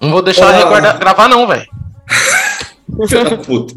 Não vou deixar Olá. ela guardar- gravar, não, velho. Filha da puta.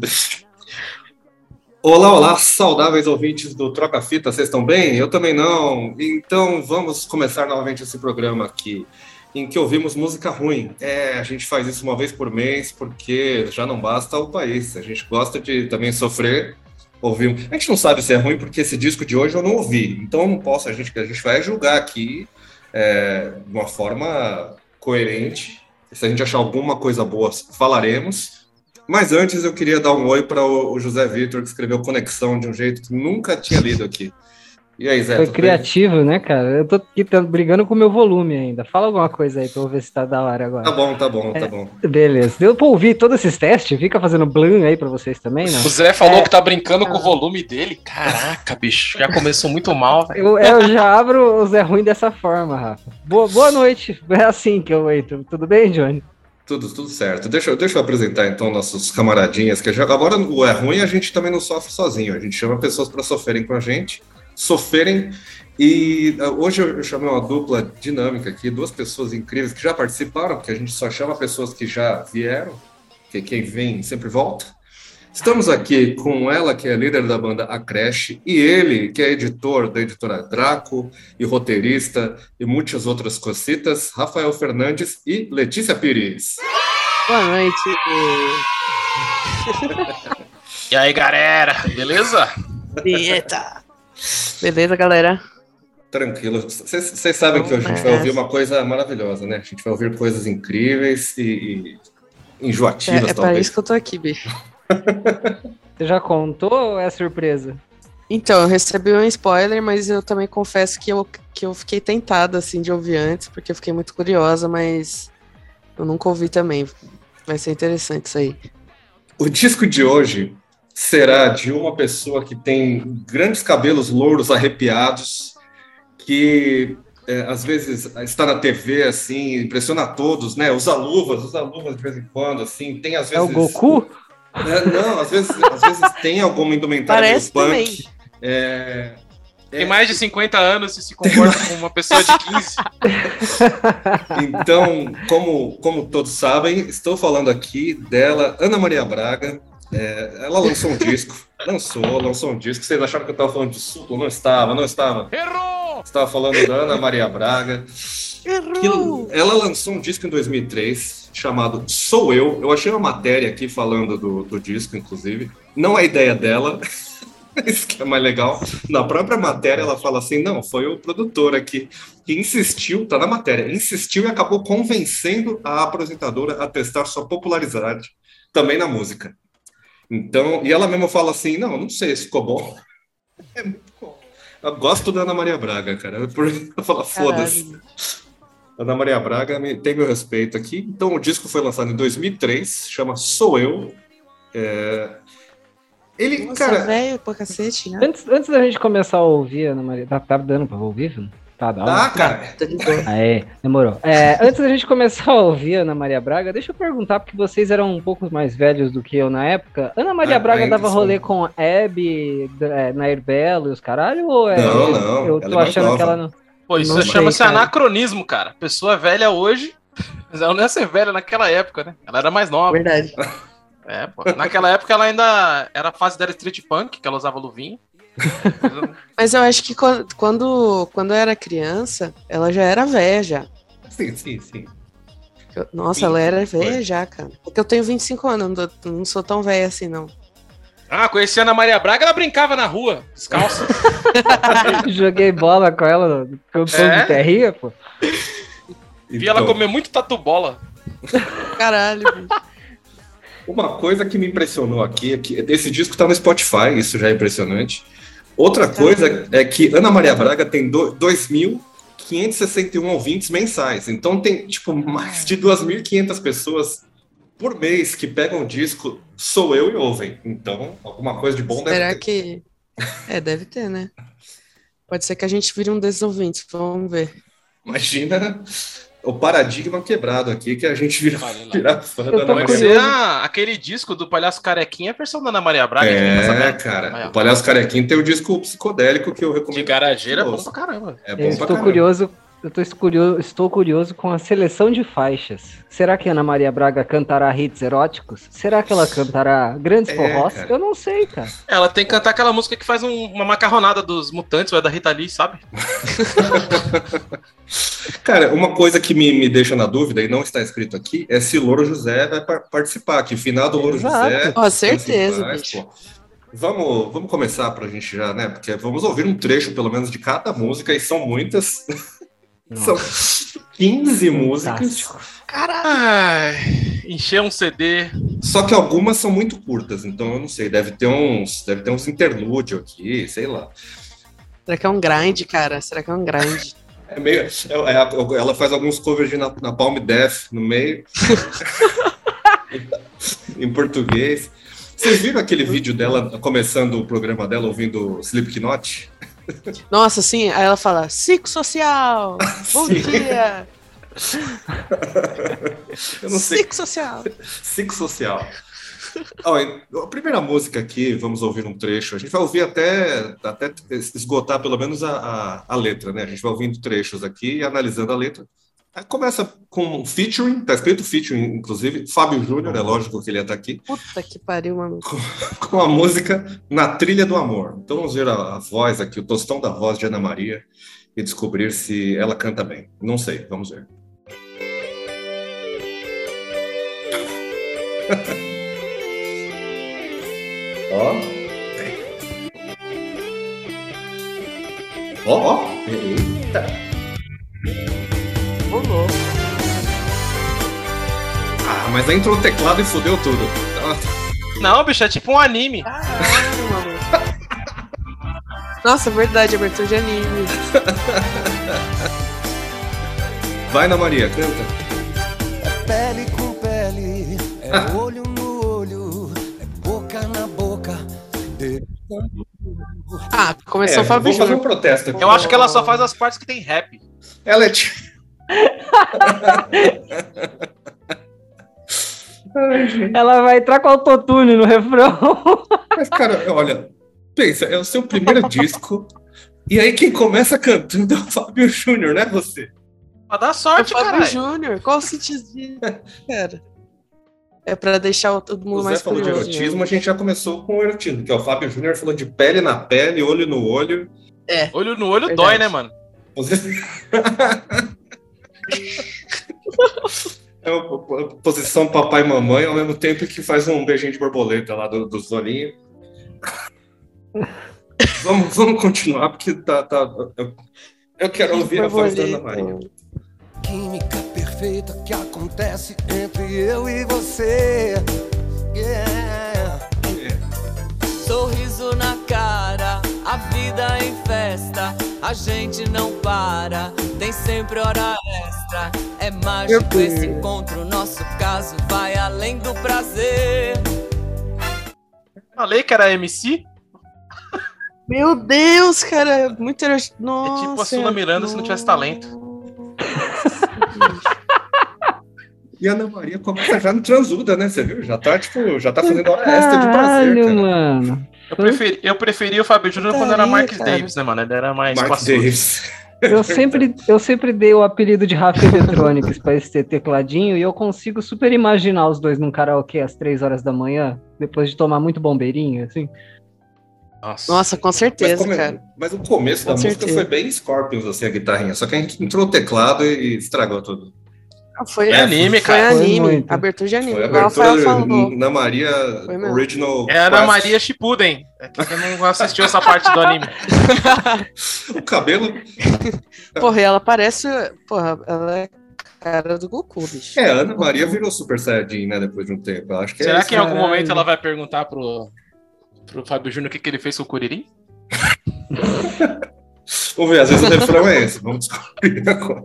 Olá, olá, saudáveis ouvintes do Troca Fita, vocês estão bem? Eu também não. Então vamos começar novamente esse programa aqui, em que ouvimos música ruim. É, a gente faz isso uma vez por mês, porque já não basta o país. A gente gosta de também sofrer. Ouvir. A gente não sabe se é ruim, porque esse disco de hoje eu não ouvi. Então eu não posso, a gente, a gente vai julgar aqui é, de uma forma coerente. Se a gente achar alguma coisa boa, falaremos. Mas antes eu queria dar um oi para o o José Vitor, que escreveu Conexão de um jeito que nunca tinha lido aqui. E aí, Zé? Foi tudo bem? criativo, né, cara? Eu tô aqui tá brigando com o meu volume ainda. Fala alguma coisa aí pra eu ver se tá da hora agora. Tá bom, tá bom, É. tá bom. Beleza. Deu pra ouvir todos esses testes? Fica fazendo blan aí pra vocês também, O não? Zé falou É. que tá brincando com o volume dele. Caraca, bicho, já começou muito mal, velho. Eu, eu já abro o Zé Ruim dessa forma, Rafa. Boa, boa noite. É assim que eu entro. Tudo bem, Johnny? Tudo, tudo certo. Deixa, eu- deixa eu apresentar então nossos camaradinhas, que já, agora o é ruim a gente também não sofre sozinho. A gente chama pessoas para sofrerem com a gente, sofrerem. E ah, hoje eu eu chamei uma dupla dinâmica aqui, duas pessoas incríveis que já participaram, porque a gente só chama pessoas que já vieram, que quem vem sempre volta. Estamos aqui com ela, que é líder da banda A Creche, e ele, que é editor da editora Draco e roteirista e muitas outras cositas, Rafael Fernandes e Letícia Pires. Boa noite. E aí, galera, beleza? Vinheta. Beleza, galera? Tranquilo. Vocês vocês sabem que hoje a gente vai ouvir uma coisa maravilhosa, né? A gente vai ouvir coisas incríveis e, e É, enjoativas, é pra talvez. isso que eu tô aqui, bicho. Você já contou ou é surpresa? Então, eu recebi um spoiler, mas eu também confesso que eu, que eu fiquei tentada, assim, de ouvir antes, porque eu fiquei muito curiosa, mas eu nunca ouvi também. Vai ser interessante isso aí. O disco de hoje será de uma pessoa que tem grandes cabelos louros arrepiados, que é, às vezes está na TV, assim, impressiona a todos, né? Usa luvas, usa luvas de vez em quando, assim. Tem às É vezes. o Goku? É, não, às vezes, às vezes tem alguma indumentária Parece meio punk. também. É, Tem mais de 50 anos e se comporta como uma pessoa de 15. então, como, como todos sabem, estou falando aqui dela, Ana Maria Braga. É, ela lançou um disco, lançou, lançou um disco. Vocês acharam que eu estava falando de suco? Não estava, não estava. Errou! Estava falando da Ana Maria Braga. que Errou! ela lançou um disco em 2003 chamado Sou Eu. Eu achei uma matéria aqui falando do, do disco, inclusive. Não é ideia dela. Isso que é mais legal. Na própria matéria, ela fala assim: não, foi o produtor aqui que insistiu, tá na matéria, insistiu e acabou convencendo a apresentadora a testar sua popularidade também na música. Então, e ela mesma fala assim: não, não sei se ficou bom. É muito bom. Eu gosto da Ana Maria Braga, cara. Por ela fala, foda-se. Caralho. Ana Maria Braga me- tem meu respeito aqui. Então, o disco foi lançado em 2003, chama Sou Eu. É, Ele, Nossa, cara, velho, pra cacete, né? Antes, antes da gente começar a ouvir, Ana Maria. Tá, tá dando pra ouvir, viu? Tá, dá. tá, cara. Tá ligado? Aê, demorou. É, antes da gente começar a ouvir Ana Maria Braga, deixa eu perguntar, porque vocês eram um pouco mais velhos do que eu na época. Ana Maria Ah, Braga ainda dava sou. rolê com a Hebe, é, Nair Belo e os caralho? Ou é, Não, não, ela Eu tô é mais achando nova. que ela não. Pô, isso Não sei, chama-se cara. anacronismo, cara. Pessoa velha hoje, mas ela não ia ser velha naquela época, né? Ela era mais nova. Verdade. É, pô. Naquela época ela ainda era a fase dela street punk, que ela usava luvinha. Mas eu acho que quan- quando, quando eu era criança, ela já era velha já. Sim, sim, sim. Eu- Nossa, Sim, ela era foi. velha já, cara. Porque eu tenho 25 anos, não, dou- não sou tão velha assim, não. Ah, conheci a Ana Maria Braga, ela brincava na rua, descalça. Joguei bola com ela no campão É? de terrinha, Tá pô. Vi ela Então, comer muito tatu bola. Caralho, bicho. Uma coisa que me impressionou aqui é que esse disco tá no Spotify, isso já é impressionante. Outra Tá. coisa é que Ana Maria Braga tem do- 2.561 ouvintes mensais. Então tem, tipo, mais de 2.500 pessoas por mês que pegam o disco, sou eu e ouvem. Então, alguma coisa de bom deve Será ter. que. É, deve ter, né? Pode ser que a gente vire um desses ouvintes, vamos ver. Imagina o paradigma quebrado aqui que a gente vira, Olha lá. virar fã Eu da Ana tô Vai Maria curioso. ser a- ah, aquele disco do Palhaço Carequinha, a versão da Ana Maria Braga. que fica É, sabendo. cara. Olha, O Palhaço Carequinho tem o disco psicodélico que eu De recomendo. garageira é bom Nossa. pra caramba. É bom Eu pra estou caramba. curioso Eu tô curioso, estou curioso com a seleção de faixas. Será que Ana Maria Braga cantará hits eróticos? Será que ela cantará grandes É, forrós? cara. Eu não sei, cara. Ela tem que cantar aquela música que faz um- uma macarronada dos mutantes, ou é da Rita Lee, sabe? Cara, uma coisa que me, me deixa na dúvida e não está escrito aqui é se Louro José vai par- participar, que finado Louro Exato. José. Ó, certeza, Mas, bicho. pô, Vamos, vamos começar pra gente já, né? Porque vamos ouvir um trecho, pelo menos, de cada música, e são muitas. São 15 músicas. Fantástico. Ai, encher um CD. Só que algumas são muito curtas, então eu não sei, deve ter uns, deve ter uns interlúdio aqui, sei lá. Será que é um grind, cara? Será que é um grind? É meio, é- é- ela faz alguns covers de na, na Palm Death no meio. em português. Vocês viram aquele vídeo dela começando o programa dela ouvindo Slipknot? Nossa, assim, aí ela fala, ciclo social! Bom Sim. dia! Eu não sei. Ciclo social! Ciclo social. Ó, e a primeira música aqui, vamos ouvir um trecho. A gente vai ouvir até, até esgotar pelo menos a, a, a letra, né? A gente vai ouvindo trechos aqui e analisando a letra. Aí começa com um featuring, tá escrito featuring, inclusive. Fábio Júnior, é lógico que ele ia estar aqui. Puta que pariu, mano. com a música Na Trilha do Amor. Então vamos ver a, a voz aqui, o tostão da voz de Ana Maria e descobrir se ela canta bem. Não sei, vamos ver. Ó. Ó, ó. Eita. Rolou. Ah, mas aí entrou o teclado e fudeu tudo. Tá- Não, bicho, é tipo um anime. Caralho, mano. Nossa, verdade, abertura de anime. Vai, Ana Maria, canta. Pele com pele, é olho no olho, é boca na boca. De... Ah, É, começou o Fábio vou fazer um Júnior. protesto aqui. Eu acho que ela só faz as partes que tem rap. Ela é tipo. Ela vai entrar com autotune no refrão. Mas, cara, olha, pensa, é o seu primeiro disco. E aí quem começa cantando é o Fábio Júnior, não é você? Pra dar É o sorte, Fábio caralho. Júnior. Qual o sentido disso, cara? É pra deixar o- todo mundo O Zé mais falou de curioso. erotismo, a gente já começou com o erotismo, que é o Fábio Júnior falou de pele na pele, olho no olho. Olho no olho Verdade. dói, né, mano? Posi- É uma po- po- posição papai e mamãe, ao mesmo tempo que faz um beijinho de borboleta lá do- dos olhinhos. vamos, vamos continuar, porque tá. tá- eu, eu quero ouvir a voz da Ana Maria. Química perfeita que acontece entre eu e você. Yeah. Sorriso na cara, a vida em festa, a gente não para, tem sempre hora extra. É mágico Deus. esse encontro, nosso caso vai além do prazer. Falei que era MC, Meu Deus, cara, é muito erotismo. Nossa, tipo a Sula Miranda se não tivesse talento. E a Ana Maria começa já no transuda, né? Você viu? Já tá, tipo, já tá fazendo hora extra de prazer, cara. mano. eu preferi, eu preferi o Fábio Júnior quando era Putaria, Mark cara. Davis, né, mano? Ele era mais Mark passudo. Davis. Eu sempre, eu sempre dei o apelido de Rafa Eletrônicos pra esse tecladinho e eu consigo super imaginar os dois num karaokê às três horas da manhã, depois de tomar muito bombeirinho, assim. Nossa. Nossa, com Mas, é? certeza, come- cara. mas o começo da Com música certeza. foi bem Scorpions, assim, a guitarrinha. Só que a gente entrou o teclado e estragou tudo. Ah, Foi, É anime, foi cara. Foi anime, muito. abertura de anime. Foi a Igual o Rafael abertura falou. Ana Maria Foi mesmo. Original. É a Ana Quest. Maria Shippuden. É que você não assistiu essa parte do anime. O cabelo Porra, e ela parece. Porra, ela é cara do Goku, bicho. É, a Ana Maria virou Super Saiyajin, né? Depois de um tempo. Eu acho que é Será isso. que em algum caralho. momento ela vai perguntar pro, pro Fábio Júnior o que, que ele fez com o Curirim? Vamos ver, às vezes o refrão é esse. Vamos descobrir agora.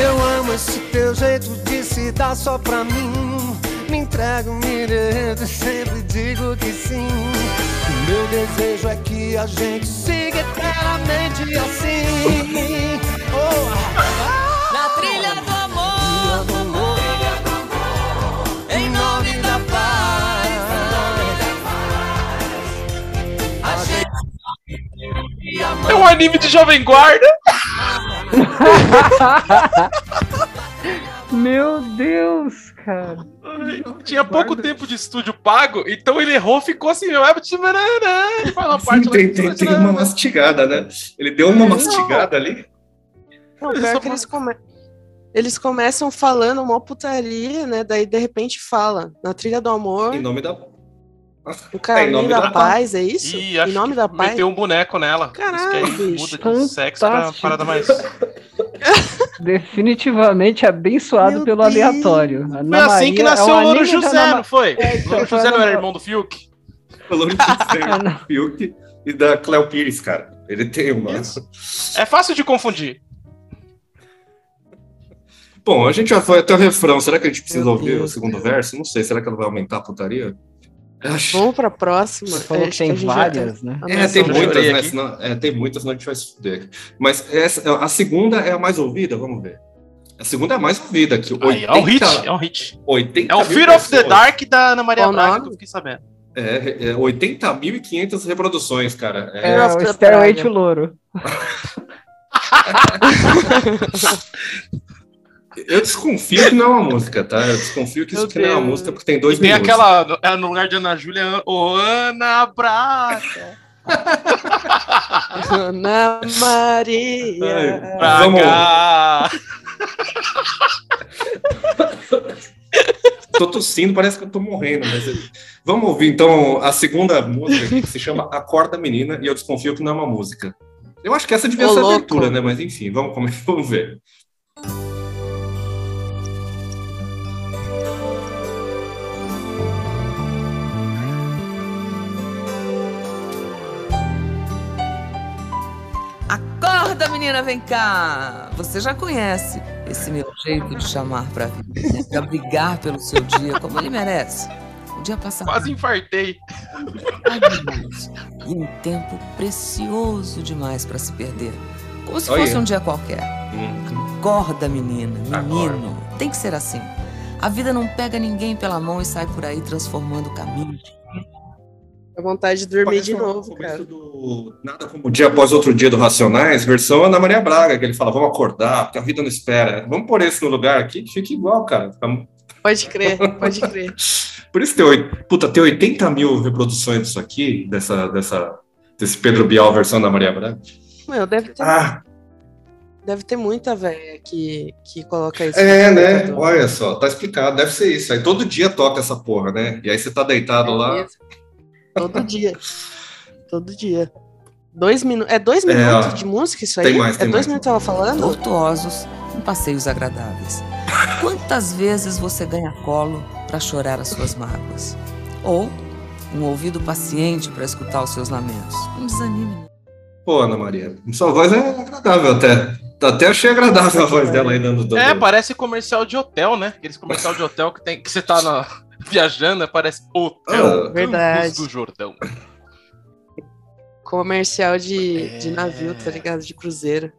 Eu amo esse teu jeito de se dar só pra mim. Me entrego, me dedo, sempre digo que sim. O meu desejo é que a gente siga eternamente assim. Oh, Na trilha do amor, do amor, em nome da paz, em nome da paz. A gente. Eu É um anime de Jovem Guarda. Meu Deus, cara. Tinha pouco tempo de estúdio pago, então ele errou, ficou assim, eu e faz uma parte é Sim, tem, tem, tem tipo, uma mastigada, né? Ele deu uma mastigada ali. Não, Eles pior só que eles, come... eles começam falando uma putaria, né? Daí de repente fala na trilha do amor, Em nome da. o em caminho nome da, da paz, é isso? E acho em nome que da paz. meteu um boneco nela. Caralho, Isso que aí bicho, muda de sexo pra fantástico. parada mais. Definitivamente abençoado Meu pelo Deus. abençoado pelo aleatório. Foi Ana assim que Maria é nasceu um o Louro anime da José, Ana não foi? É, O então, Louro foi José não Ana era Ma- irmão do Fiuk? Falou de Ah, Zé não. Fiuk e da Cleo Pires, cara. Ele tem uma. É fácil de confundir. Bom, a gente já foi até o refrão. Será que a gente precisa Meu ouvir Deus, o segundo verso? Não sei. Será que ela vai aumentar a putaria? Acho- Vamos pra próxima. É, Você falou Acho que tem a gente já várias, né? tá- É, tem já muitas, chorei né? aqui. Senão- é, tem muitas, senão a gente vai se fuder. Mas essa, a segunda é a mais ouvida, vamos ver. A segunda é a mais ouvida aqui. Aí, é um hit, é um hit. 80 É o mil Fear of the pessoas. Dark da Ana Maria Qual o Braga, nome? que eu fiquei sabendo. É, é 80.500 reproduções, cara. É, É, o After Stairway Praga. to Louro. Eu desconfio que não é uma música, tá? Eu desconfio que isso Meu que não é uma Deus. música, porque tem E dois tem minutos. aquela, é, no lugar de Ana Júlia, o Ana Braga. Ana Maria. Vamos. Braga. Tô tossindo, parece que eu tô morrendo, mas... Vamos ouvir, então, a segunda música aqui, que se chama Acorda Menina, e eu desconfio que não é uma música. Eu acho que essa devia Ô, ser a louco. abertura, né? Mas enfim, vamos, come- vamos ver. Acorda, menina, vem cá! Você já conhece esse meu jeito de chamar pra vida, né? pra brigar pelo seu dia, como ele merece. O dia passa Quase infartei. rápido demais e um tempo precioso demais pra se perder. Como se Olha. fosse um dia qualquer. Hum, Acorda, menina, menino. Tem que ser assim. A vida não pega ninguém pela mão e sai por aí transformando o caminho. Dá vontade de dormir parece de um novo, começo cara. do Nada como Um dia após outro dia do Racionais, versão Ana Maria Braga, que ele fala, vamos acordar, porque a vida não espera. Vamos pôr esse no lugar aqui, que fica igual, cara. Fica Pode crer, pode crer. Por isso tem, oi- puta, tem 80 mil reproduções disso aqui, dessa, dessa, desse Pedro Bial versão da Maria Braga. Meu, deve ter, Ah, deve ter muita velha que, que coloca isso. é, no né? computador. Olha só, tá explicado, deve ser isso. Aí todo dia toca essa porra, né? E aí você tá deitado lá. Todo dia. Todo dia. Dois minu... É dois É, minutos ó. de música isso aí? Tem mais, é tem mais. dois minutos ela falando? tortuosos em passeios agradáveis. Quantas vezes você ganha colo para chorar as suas mágoas? Ou um ouvido paciente para escutar os seus lamentos? Não desanime. não. Pô, Ana Maria, sua voz é agradável até. Tá Até achei agradável a voz dela aí dando É, parece comercial de hotel, né? Aqueles comercial de hotel que, tem, que você tá na- viajando, né? parece hotel. Ah, Verdade. Campos do Jordão. Comercial de, de É. navio, tá ligado? De cruzeiro.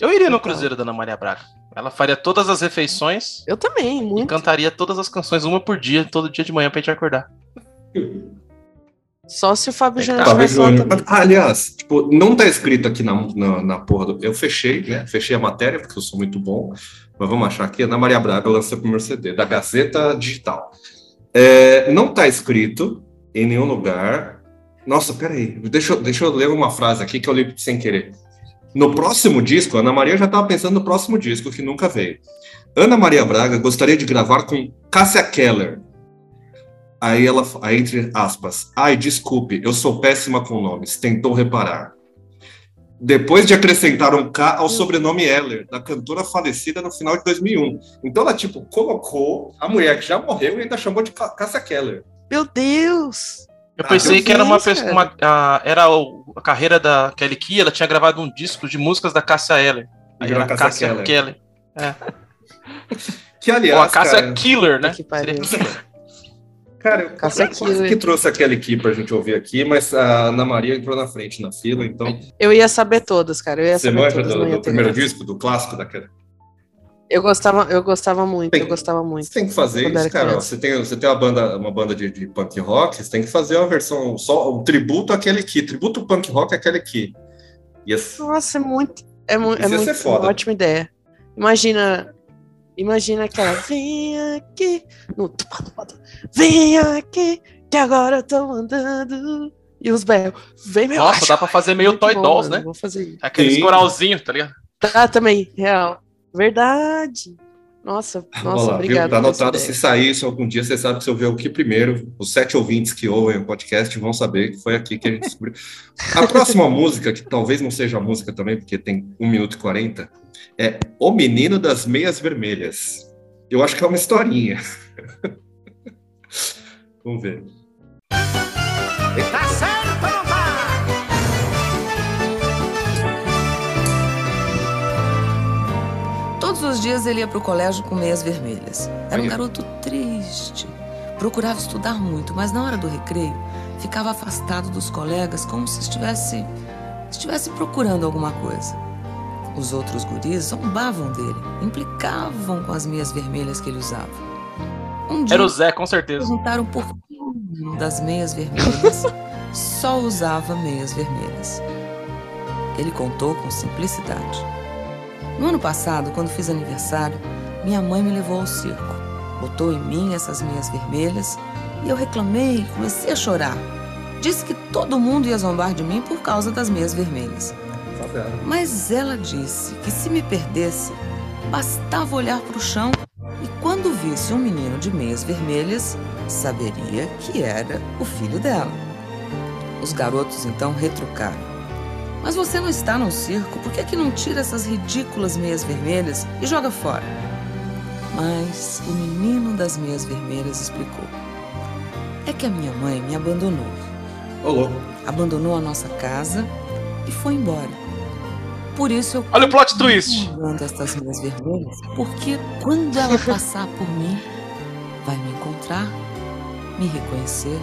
Eu iria no Cruzeiro da Ana Maria Braga. Ela faria todas as refeições Eu também, e muito. cantaria todas as canções, uma por dia, todo dia de manhã pra gente acordar. Só se o Fábio É, Júnior Fábio tivesse lá Júnior. também. Mas, aliás, tipo, não tá escrito aqui na, na, na porra do. Eu fechei, né? Fechei a matéria, porque eu sou muito bom. Mas vamos achar aqui. Ana Maria Braga lança o primeiro CD, da Gazeta Digital. É, não tá escrito em nenhum lugar. Nossa, peraí. Deixa, eu- deixa eu ler uma frase aqui que eu li sem querer. No próximo disco, Ana Maria já estava pensando no próximo disco, que nunca veio. Ana Maria Braga gostaria de gravar com Cássia Keller. Aí ela, aí entre aspas, ai, desculpe, eu sou péssima com nomes, tentou reparar. Depois de acrescentar um K ao sobrenome Heller, da cantora falecida no final de 2001. Então ela, tipo, colocou a mulher que já morreu e ainda chamou de Ca- Cássia Keller. Meu Deus! Eu Ah, pensei eu que era vi uma isso, pessoa. uma- ah, era o- a carreira da Kelly Key, ela tinha gravado um disco de músicas da Cássia Eller. Aí Virou era Cássia Cássia Eller. Keller. Que, Ou a aliás, Cássia cara, Killer, né? Que pariu. Seria- cara, eu Cássia quase Keller. que trouxe a Kelly Key pra gente ouvir aqui, mas a Ana Maria entrou na frente na fila, então... Eu ia saber todas, cara. Eu ia Você saber manja todas. do, não ia do ter primeiro graça. disco, do clássico da Kelly? Eu gostava, eu gostava muito, Tem- eu gostava Você muito. tem que fazer Quando isso, era cara. criança. Você tem, você tem uma banda, uma banda de, de punk rock, você tem que fazer uma versão só um tributo àquele que, tributo punk rock àquele que. E Yes. Nossa, é muito. É, mu Isso é ia muito ser foda. uma ótima ideia. Imagina. Imagina aquela. Vem aqui. No, tupa, tupa, tupa, vem aqui, que agora eu tô andando. E os berros. Vem, meu Nossa, acho. dá pra fazer meio Muito Toy bom, Dolls, mano, né? Vou fazer isso. Aqueles Sim. coralzinhos, tá ligado? Tá, também, real. Verdade. Nossa, Olha nossa, lá, viu? obrigado. Tá por anotado. essa Se ideia. sair isso algum dia, você sabe que se eu ver o que primeiro, os sete ouvintes que ouvem o podcast vão saber que foi aqui que a gente descobriu. A próxima música, que talvez não seja a música também, porque tem 1 minuto e 40, é O Menino das Meias Vermelhas. Eu acho que é uma historinha. Vamos ver. Tá certo ou não tá? Todos os dias ele ia pro colégio com meias vermelhas. Era um Olha. garoto triste. Procurava estudar muito, mas na hora do recreio ficava afastado dos colegas como se estivesse estivesse procurando alguma coisa. Os outros guris zombavam dele, implicavam com as meias vermelhas que ele usava. Um dia Era o Zé, com certeza. perguntaram por que o menino das meias vermelhas só usava meias vermelhas. Ele contou com simplicidade. No ano passado, quando fiz aniversário, minha mãe me levou ao circo. Botou em mim essas meias vermelhas e eu reclamei e comecei a chorar. Disse que todo mundo ia zombar de mim por causa das meias vermelhas. Mas ela disse que se me perdesse, bastava olhar para o chão e quando visse um menino de meias vermelhas, saberia que era o filho dela. Os garotos então retrucaram. Mas você não está num circo, por que, que não tira essas ridículas meias vermelhas e joga fora? Mas o menino das meias vermelhas explicou: É que a minha mãe me abandonou Ô, louco. abandonou a nossa casa e foi embora. Por isso eu Olha o plot twist. carregando estas minhas vergonhas, porque quando ela passar por mim, vai me encontrar, me reconhecer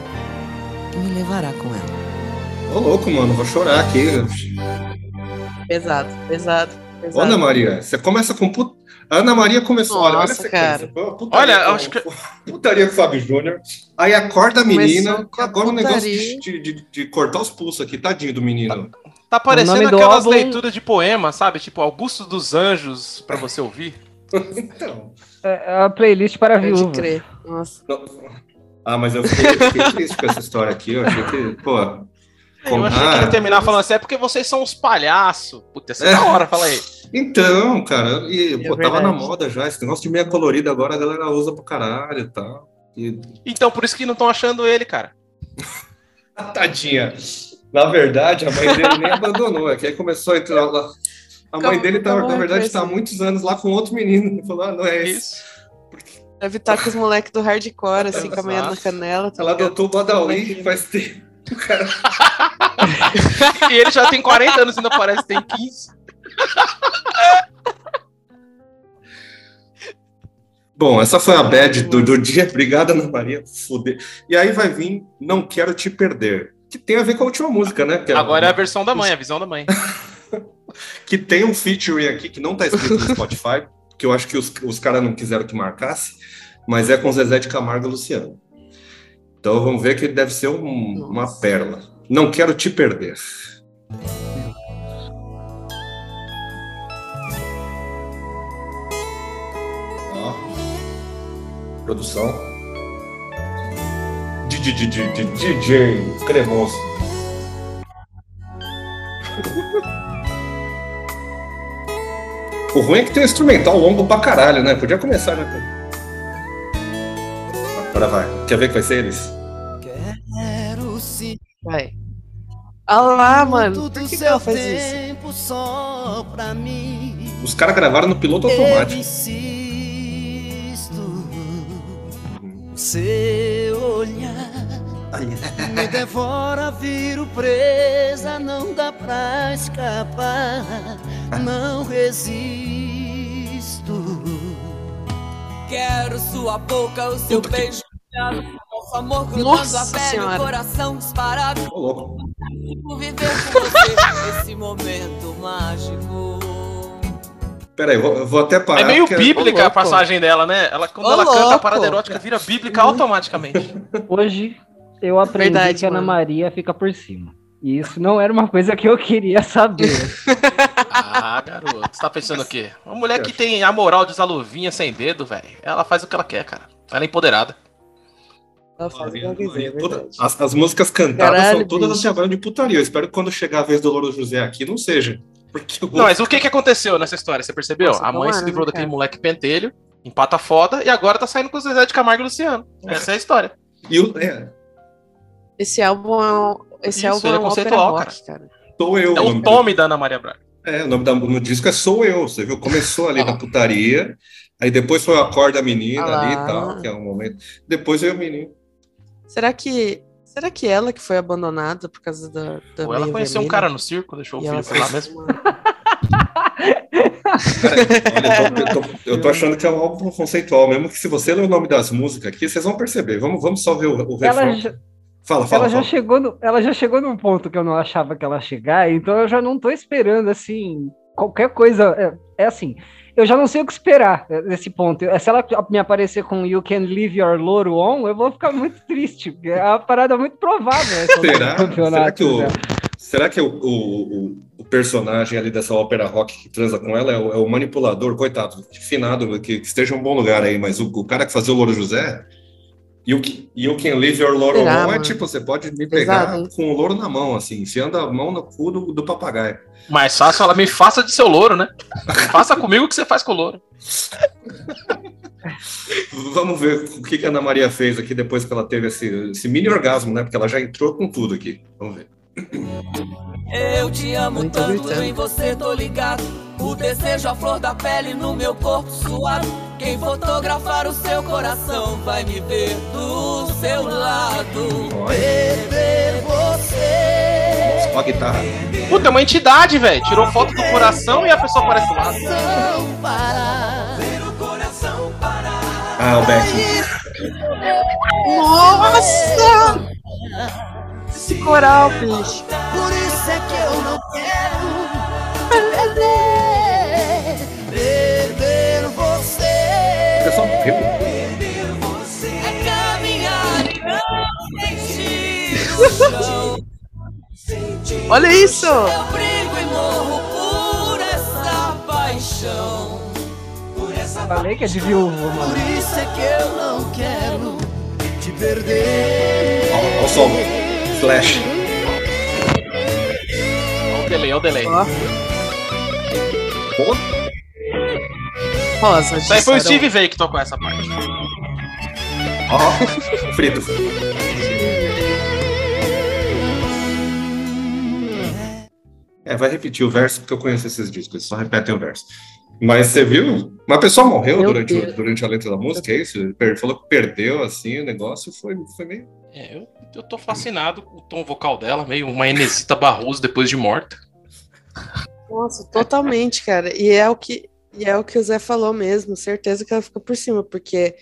e me levará com ela. Ô, louco, mano. Vou chorar aqui. Pesado, pesado, pesado. Ana Maria, você começa com. Put... Ana Maria começou. olha, olha Nossa, essa cara. coisa. Foi uma Olha, putaria eu com- acho que- Putaria com o Fábio Júnior. Aí acorda a menina. Começou com a Agora o negócio de, putaria. de- de- de cortar os pulsos aqui, tadinho do menino. Tá parecendo nome do aquelas álbum- leituras de poema, sabe? Tipo, Augusto dos Anjos, pra você ouvir. Então. É a playlist Tá para Pode viúva. crer. Nossa. não- Ah, mas eu fiquei, eu fiquei triste com essa história aqui. Eu achei que, pô. Eu como- achei que ah, ele ia terminar falando assim, é porque vocês são uns palhaços. Puta, essa é da hora, fala aí. Então, cara, e, pô, tava verdade. na moda já. Esse negócio de meia colorida agora a galera usa pro caralho e tal. E Então, por isso que não estão achando ele, cara. Ah, Tadinha. Na verdade, a mãe dele nem abandonou. É que aí começou a entrar lá. A mãe Calma, dele, tá, calma, na verdade, Cresce. está há muitos anos lá com outro menino. Falou, ah, não é esse. Isso. Deve estar com os moleques do hardcore, assim, com a Exato. manhã na canela. Tá Ela ligado? adotou o Badawi faz tempo. E ele já tem 40 anos e ainda parece que tem 15. Bom, essa foi a bad do, do dia. Obrigada, Ana Maria. Fuder. E aí vai vir Não Quero Te Perder. Que tem a ver com a última música, né? Que Agora é a versão da mãe, a visão da mãe. que tem um featuring aqui que não tá escrito no Spotify, que eu acho que os, os caras não quiseram que marcasse, mas é com Zezé de Camargo e Luciano. Então vamos ver que deve ser um- uma pérola. Não quero te perder. Ó. Produção. Di- di- di- di- di- DJ Cremoso. O ruim é que tem um instrumental longo pra caralho, né? Podia começar, né? Agora vai. Quer ver que vai ser eles? Quero se Vai. Olha lá, mano. tudo Por do que, que seu ela faz isso? tempo só pra mim. Os caras gravaram no piloto Eu automático. insisto. Seu olhar me devora, viro presa, não dá pra escapar, não resisto. Quero sua boca, o seu beijo. Nosso amor grudando Nossa a pele, o Senhora. coração disparado. Ô, louco. Viver com você esse momento mágico. Pera aí, eu vou, eu vou até parar. É meio porque- bíblica Ô, a louco. passagem dela, né? Ela, quando Ô, ela canta a louco. parada erótica, vira bíblica automaticamente. Hoje eu aprendi Verdade, que a Ana mano. Maria fica por cima. E isso não era uma coisa que eu queria saber. Ah, garoto. Você tá pensando o quê? Uma mulher que tem a moral de usar luvinha sem dedo, velho. Ela faz o que ela quer, cara. Ela é empoderada. Ela faz o que ela quiser, é Toda- verdade. as, as músicas cantadas Caralho, são todas bicho. um trabalho de putaria. Eu espero que quando chegar a vez do Louro José aqui, não seja. Porque eu Não, mas o que que aconteceu nessa história? Você percebeu? Nossa, a mãe se tomara, livrou né, daquele cara? moleque pentelho, empata foda, e agora tá saindo com o Zezé de Camargo e Luciano. Essa é a história. e o- é, Esse álbum é um, esse Isso, álbum ele é é um conceitual, ópera rock, cara. Sou Eu. É o nome Tommy da Ana Maria Braga. do- é, o nome da- do disco é Sou Eu. Você viu? Começou ali Ah. na putaria. Aí depois foi o Acorda a Menina Ah lá. ali e tal, que é um momento. Depois veio o menino. Será que, será que ela que foi abandonada por causa da, da Ou ela meia conheceu um vermelha? cara no circo, deixou o né? E filho ela por lá fez mesmo. uma- Olha, eu, tô, eu tô- eu tô achando que é um álbum conceitual, mesmo que se você ler o nome das músicas aqui, vocês vão perceber. Vamos, vamos só ver o, o Ela, refrão. já- Fala, fala, ela, já fala. chegou no, ela já chegou num ponto que eu não achava que ela ia chegar, então eu já não tô esperando, assim, qualquer coisa. É, é assim, eu já não sei o que esperar é, nesse ponto. Eu- Se ela me aparecer com You Can Leave Your Loro On, eu vou ficar muito triste, porque é uma parada muito provável. essa Será? do campeonato, Será que, o, né? será que o, o- o- o personagem ali dessa ópera rock que transa com ela é o, é o manipulador, coitado, finado, que, que esteja em um bom lugar aí, mas o, o cara que fazia o Louro José, you, can- you can leave your Louro Será, on é mano? tipo, você pode me pegar Pesado, hein? com o louro na mão, assim, enfiando a mão no cu do, do papagaio. Mais fácil ela me faça de seu louro, né? faça comigo o que você faz com o louro. Vamos ver o que, que a Ana Maria fez aqui depois que ela teve esse, esse mini orgasmo, né? Porque ela já entrou com tudo aqui. Vamos ver. Eu te amo Ele tá tanto, gritando. em você tô ligado. O desejo, a flor da pele no meu corpo suado. Quem fotografar o seu coração vai me ver do seu lado. Olha, Ver você. só a guitarra. Puta, é uma entidade, velho. Tirou foto do coração e a pessoa aparece lá. Ah, o Beck. Nossa! Esse coral, bicho. Por isso é que eu não quero te perder, perder você. Pessoal, eu- É caminhar e não sentir o chão. Olha isso! Eu brigo e morro por essa paixão. Falei que é de viúvo, mano. Por isso é que eu não quero te perder. Olha o som. Flash. Olha o delay, olha o delay. Rosa, Isso aí foi o disseram. Steve Vai que tocou essa parte. Ó, frito. É, vai repetir o verso, porque eu conheço esses discos, eles só repetem o verso. Mas você viu? Uma pessoa morreu Meu durante, o- Deus. durante a letra da música, é isso? Ele per- falou que perdeu, assim, o negócio foi, foi meio... É, eu, eu tô fascinado com o tom vocal dela, meio uma Enesita Barroso depois de morta. Nossa, totalmente, cara. E é o que e é o que o Zé falou mesmo, certeza que ela ficou por cima, porque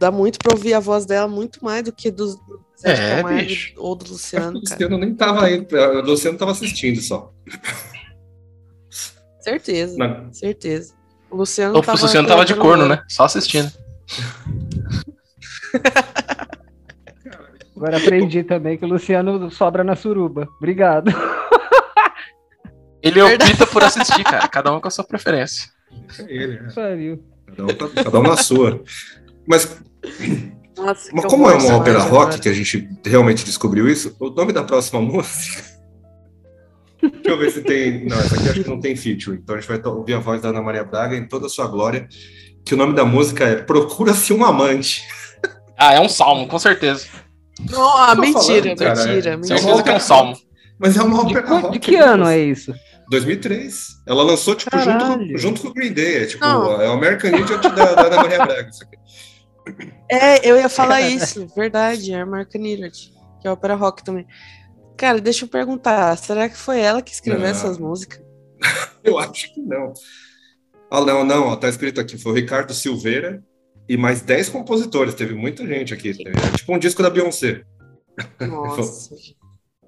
dá muito pra ouvir a voz dela muito mais do que do Zé de É, Camargo bicho. ou do Acho que o Luciano, cara. Luciano nem tava aí, é, o Luciano tava assistindo só. Certeza, Na- certeza. O Luciano O Luciano tava de corno, né? Só assistindo. Agora aprendi também que o Luciano sobra na suruba. Obrigado. Ele opta por assistir, cara. Cada um com a sua preferência. É ele, né? Pariu. Cada um- cada um na sua. Mas Nossa, Mas que como é horror, uma ópera Samara, rock agora. que a gente realmente descobriu isso, o nome da próxima música. Deixa eu ver se tem. Não, essa aqui acho que não tem feature. Então a gente vai to- ouvir a voz da Ana Maria Braga em toda a sua glória. Que o nome da música é Procura-se um Amante. Ah, é um salmo, com certeza. Não, ah, tô mentira, falando, cara, mentira, é- mentira. Certeza que é um salmo. Mas é uma De, ópera qu- rock. de que ano é isso? 2003. Ela lançou, tipo, junto, com- Caralho. junto com o Green Day. É tipo, Não. é o American Idiot da, da Ana Maria Braga. Isso aqui. É, eu ia falar isso, verdade, é a Marca Nillard, que é ópera rock também. Cara, deixa eu perguntar, será que foi ela que escreveu Não. essas músicas? Eu acho que não. Ah, não, não, ó, tá escrito aqui, foi o Ricardo Silveira e mais 10 compositores, teve muita gente aqui. teve- é tipo um disco da Beyoncé. Nossa.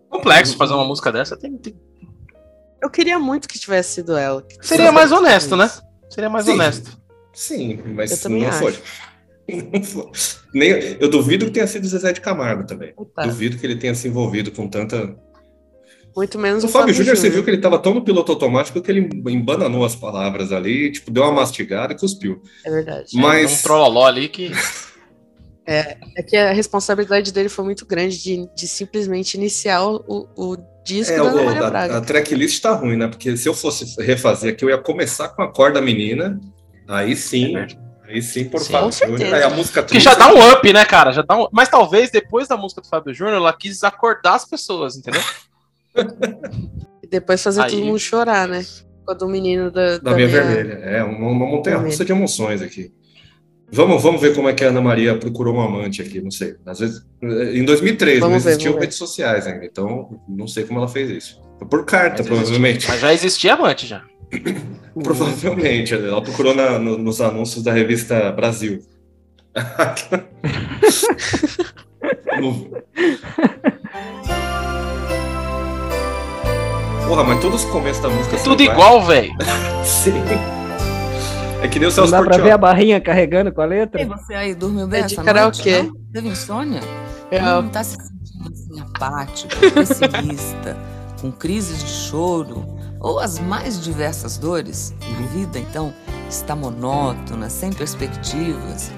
Complexo fazer uma música dessa. Tem, tem- Eu queria muito que tivesse sido ela. Seria mais honesto, né? Seria mais Sim. honesto. Sim, mas Eu não também acho. foi. Não foi. Nem, eu duvido que tenha sido Zezé de Camargo também. Puta. Duvido que ele tenha se envolvido com tanta Muito menos O Fábio Júnior, você viu que ele estava tão no piloto automático que ele embananou as palavras ali, tipo, deu uma mastigada e cuspiu. É verdade. É um Mas trololó ali que. É que a responsabilidade dele foi muito grande de, de simplesmente iniciar o, o disco é, da o- Ana Maria a, a Braga. tracklist tá ruim, né? Porque se eu fosse refazer aqui, eu ia começar com a corda menina. Aí sim, aí sim, por Sim, Fábio com Júnior. certeza. Aí a música É Que já dá um up, né, cara? Já dá um... Mas talvez depois da música do Fábio Júnior, ela quis acordar as pessoas, entendeu? E depois fazer Aí- todo mundo chorar, né? Quando o menino um da, Da minha vermelha. É, uma, uma montanha russa Vermelha. de emoções aqui. Vamos, vamos ver como é que a Ana Maria procurou um amante aqui, não sei. Às vezes, eh, em 2003 Vamos não ver, existiam vamos ver. redes sociais ainda, então não sei como ela fez isso. Por carta, Mas provavelmente. Mas já existia amante já. Provavelmente. né? Ela procurou na- no- nos anúncios da revista Brasil. No- Porra, mas todos os começos da música É são tudo iguais. igual, velho. Sim. É que nem o Não Celso dá pra Portiolli. ver a barrinha carregando com a letra? E você aí, dormiu bem É essa de noite? karaokê. não? Teve insônia? Eu, É, Não tá se sentindo assim apático, pessimista, com crises de choro ou as mais diversas dores? A vida, então, está monótona, sem perspectivas.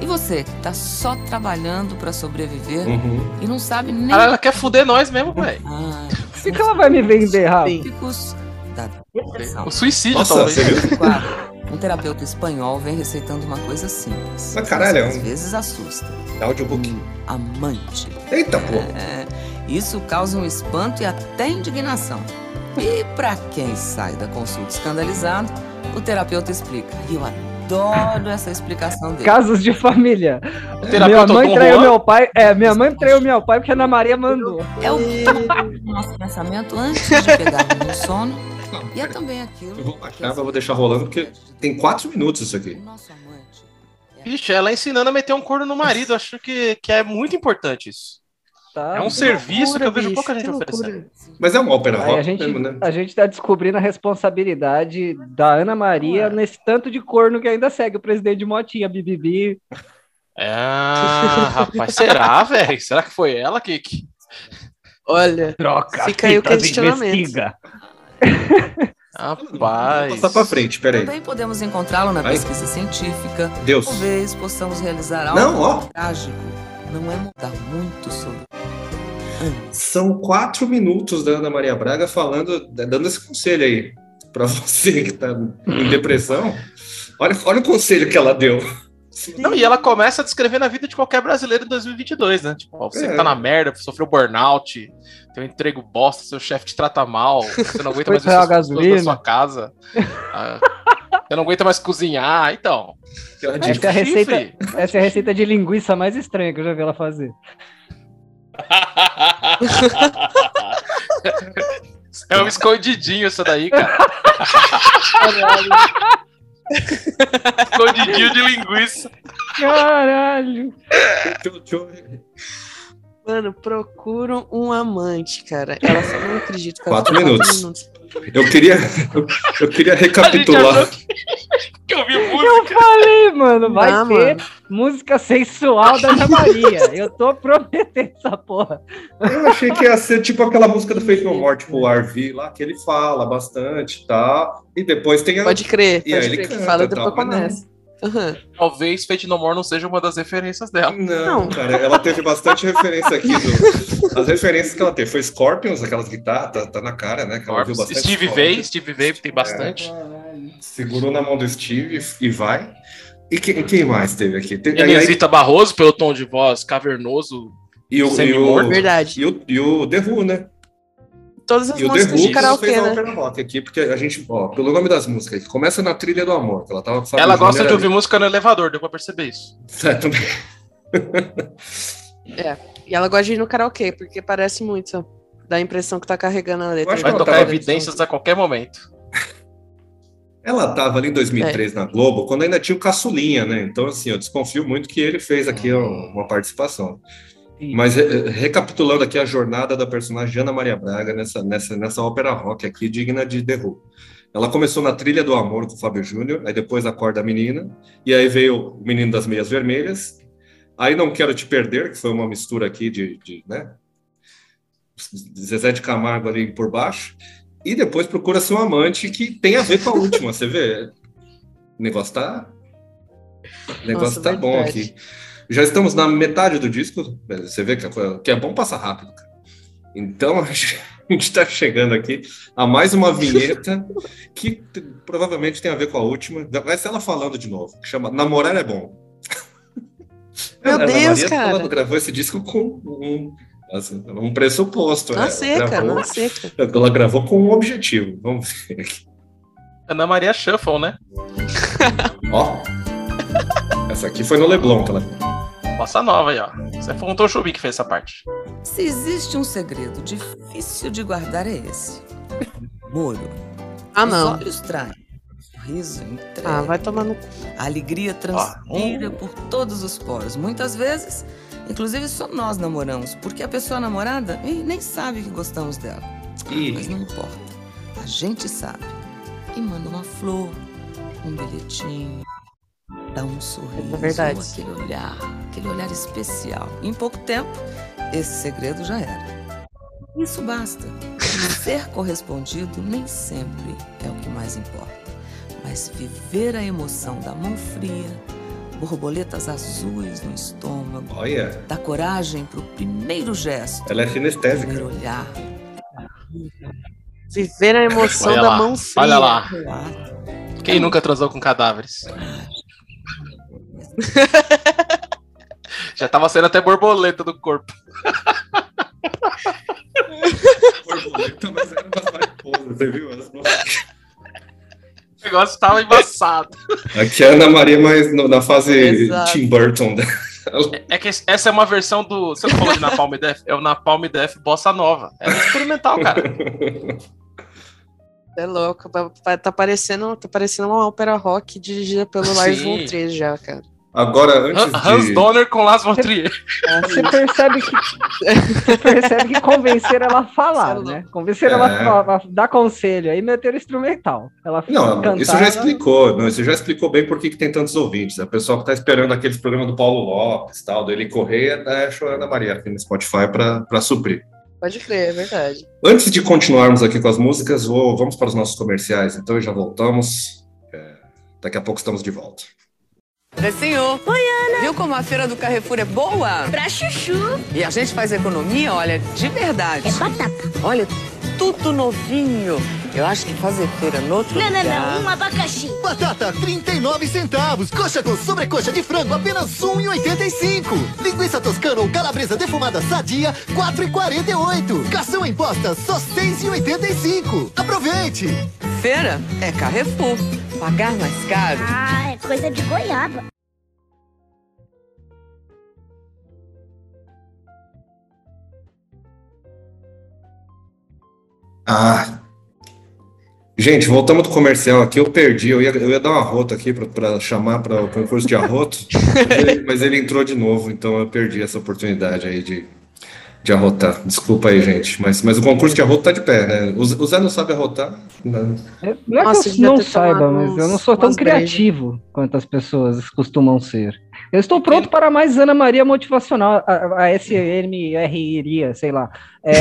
E você, que tá só trabalhando para Hum. sobreviver Uhum. e não sabe nem... Cara, ela quer fuder nós mesmo, velho. Ah, assim. O que, que ela vai me vender, Rafa? Sim. tipos da depressão. O suicídio, Nossa, talvez. você viu? Claro, um terapeuta espanhol vem receitando uma coisa simples. Mas caralho, é às um- vezes assusta. É Hum, Audiobook. Amante. Eita, pô. É, Isso causa um espanto e até indignação. E pra quem sai da consulta escandalizado, o terapeuta explica. E eu adoro essa explicação dele. Casos de família. O Minha terapeuta mãe Dom traiu Juan, meu pai. É, minha mãe traiu meu pai porque a Ana Maria mandou. É o que do nosso pensamento antes de pegarmos no sono. E é também aquilo. Eu vou baixar, mas vou deixar rolando, porque tem quatro minutos isso aqui. O nosso amante é Bicho, ela ensinando a meter um corno no marido. Acho que, que é muito importante isso. Tá? É um serviço que eu vejo pouca gente oferecendo. assim. Mas é uma ópera Aí rock a gente, mesmo, né? a gente tá descobrindo a responsabilidade da Ana Maria nesse tanto de corno que ainda segue o presidente de Motinha, Bibibi. Ah, É, rapaz, será, velho? Será que foi ela que. que- Olha, Troca. Fica aí o fitas, questionamento. investiga. Rapaz. Vou passar pra frente, peraí. Também podemos encontrá-lo na Vai. pesquisa científica. Deus. Talvez possamos realizar algo Não, ó. trágico. Não é mudar muito sobre. São quatro minutos da Ana Maria Braga falando, dando esse conselho aí para você que tá em depressão. Olha, olha o conselho que ela deu. Não, e ela começa descrevendo a vida de qualquer brasileiro em 2022, né? Tipo, ó, você É. que tá na merda, sofreu burnout, tem um emprego bosta, seu chefe te trata mal, você não aguenta Foi mais ver pra suas pessoas gasolina. na sua casa, ah, você não aguenta mais cozinhar, então. Ela Acho diz, que a receita- Chifre. Essa é a receita de linguiça mais estranha que eu já vi ela fazer. É um escondidinho isso daí, cara. escondidinho de linguiça. Caralho! deixa eu- deixa eu- mano, procuro um amante, cara. Ela só não acredita que ela Quatro tá minutos. minutos. Eu queria, eu, eu queria A gente achou recapitular. que, que eu vi música. Ih, mano, vai Não, ter música sensual da Ana Maria. Eu tô prometendo essa porra. Eu achei que ia ser tipo aquela música do Faith No More, tipo o RV lá, que ele fala bastante e tal. E depois tem a. Pode crer, E pode aí ele crer. que canta, fala e tal, depois mas não. começa. Aham. Talvez Fate No More não seja uma das referências dela. Não, Não. cara, ela teve bastante referência aqui. do- As referências que ela teve foi Scorpions, aquelas guitarras, tá, tá na cara, né? Que ela ouviu bastante É. Steve Scorpions. Vai, Steve Vai tem bastante. Segurou na mão do Steve e vai. E quem, Uhum. quem mais teve aqui? Teve- aí- aí- Elisita Barroso, pelo tom de voz cavernoso. e, o, e, Semi-morto. o, Verdade. e, o, e o The Who, né? Todas as E o The músicas Who de fez karaokê, a né? ópera rock aqui, porque a gente, ó, pelo nome das músicas, que começa na trilha do amor, que ela tava com o Fábio Ela Júnior gosta de ali. ouvir música no elevador, deu pra perceber isso. É, também. E ela gosta de ir no karaokê, porque parece muito. Dá a impressão que tá carregando a letra. acho que Vai ela tá tocar tava- evidências a qualquer momento. Ela tava ali em 2003 É. na Globo, quando ainda tinha o Caçulinha, né? Então, assim, eu desconfio muito que ele fez aqui Uhum. uma participação. Sim. Mas eh, recapitulando aqui a jornada da personagem Ana Maria Braga nessa, nessa, nessa ópera rock aqui, digna de The Who. Ela começou na Trilha do Amor com o Fábio Júnior, aí depois Acorda a Menina, e aí veio o Menino das Meias Vermelhas, aí Não Quero Te Perder, que foi uma mistura aqui de, de, né? Zezé de Camargo ali por baixo, e depois procura seu amante que tem a ver com a última, você vê. O negócio tá. O negócio Nossa, tá bom verdade. aqui. Já estamos na metade do disco, você vê que, a coisa- que é bom passar rápido. cara. Então a gente tá chegando aqui a mais uma vinheta que t- provavelmente tem a ver com a última. Vai ser ela falando de novo, que chama Namorar é Bom. Meu Ana Deus, Maria cara. Toledo gravou esse disco com um, assim, um pressuposto. Na né? Tá seca, Gravou- na seca. ela gravou com um objetivo. Vamos ver aqui. Ana Maria Shuffle, né? Ó. Essa aqui foi no Leblon, que ela. Bossa nova aí, ó. Você foi um Tom Chubi que fez essa parte. Se existe um segredo difícil de guardar, é esse. Moro. Ah, não. Os olhos traem. Sorriso entrega. Ah, vai tomar no cu. A alegria transpira por todos os poros. Muitas vezes, inclusive só nós namoramos, porque a pessoa namorada ih, nem sabe que gostamos dela. Mas Ih, não importa. A gente sabe. E manda uma flor, um bilhetinho, dá um sorriso, É verdade. ou aquele olhar, aquele olhar especial. Em pouco tempo, esse segredo já era. Isso basta. Ser correspondido nem sempre é o que mais importa. Mas viver a emoção da mão fria, borboletas azuis no estômago, olha. da coragem para o primeiro gesto, Ela é primeiro sinestésica. olhar, Viver a emoção Olha da lá, mão fria. olha lá. o ato. Quem nunca transou com cadáveres? Já tava saindo até borboleta do corpo. Borboleta, mas era umas mariposas, você viu? Elas não- O negócio tava embaçado. Aqui é a Ana Maria, mas no- na fase Exato. Tim Burton. né? É que essa é uma versão do. Você não falou de Napalm Death? É o Napalm Death Bossa Nova. É experimental, cara. É louco. pa- pa- Tá parecendo, tá parecendo uma ópera rock dirigida pelo Lars Sim. von Trier já, cara. Agora, Han- antes Ah, Hans de. Donner com Las von Trier. Você percebe que você percebe que convencer ela a falar, né? Convencer ela É. a, fa- a dar conselho, aí meter o instrumental. Ela Não, cantar, isso já ela- explicou. Não, isso já explicou bem por que que tem tantos ouvintes. A pessoa que está esperando aqueles programas do Paulo Lopes, tal, do Eli Correia, tá chorando a Maria aqui no Spotify para suprir. Pode crer, é verdade. Antes de continuarmos aqui com as músicas, vou- vamos para os nossos comerciais, então e já voltamos. É, daqui a pouco estamos de volta. Precinho. Oi, Ana. Viu como a feira do Carrefour é boa? Pra chuchu. E a gente faz economia, olha, de verdade. É batata. Olha, tudo novinho. Eu acho que fazer feira no outro Não, não, lugar... não. Um abacaxi. Batata, 39 centavos. Coxa com sobrecoxa de frango, apenas 1,85. Linguiça toscana ou calabresa defumada sadia, 4,48. Cação em posta, só 6,85. Aproveite! Feira é Carrefour. Pagar mais caro. Ah, é coisa de goiaba. Ah. Gente, voltamos do comercial aqui. Eu perdi, eu ia, eu ia dar uma rota aqui para chamar para o concurso de arroto, mas ele, mas ele entrou de novo, então eu perdi essa oportunidade aí de, de arrotar. Desculpa aí, gente, mas, mas o concurso de arroto tá de pé, né? O, o Zé não sabe arrotar. né? É, Não é Nossa, que devia eu não ter saiba, tomado mas eu não uns- sou tão umas brejas. criativo quanto as pessoas costumam ser. Eu estou pronto para mais Ana Maria motivacional, a, a SMR iria, sei lá. É,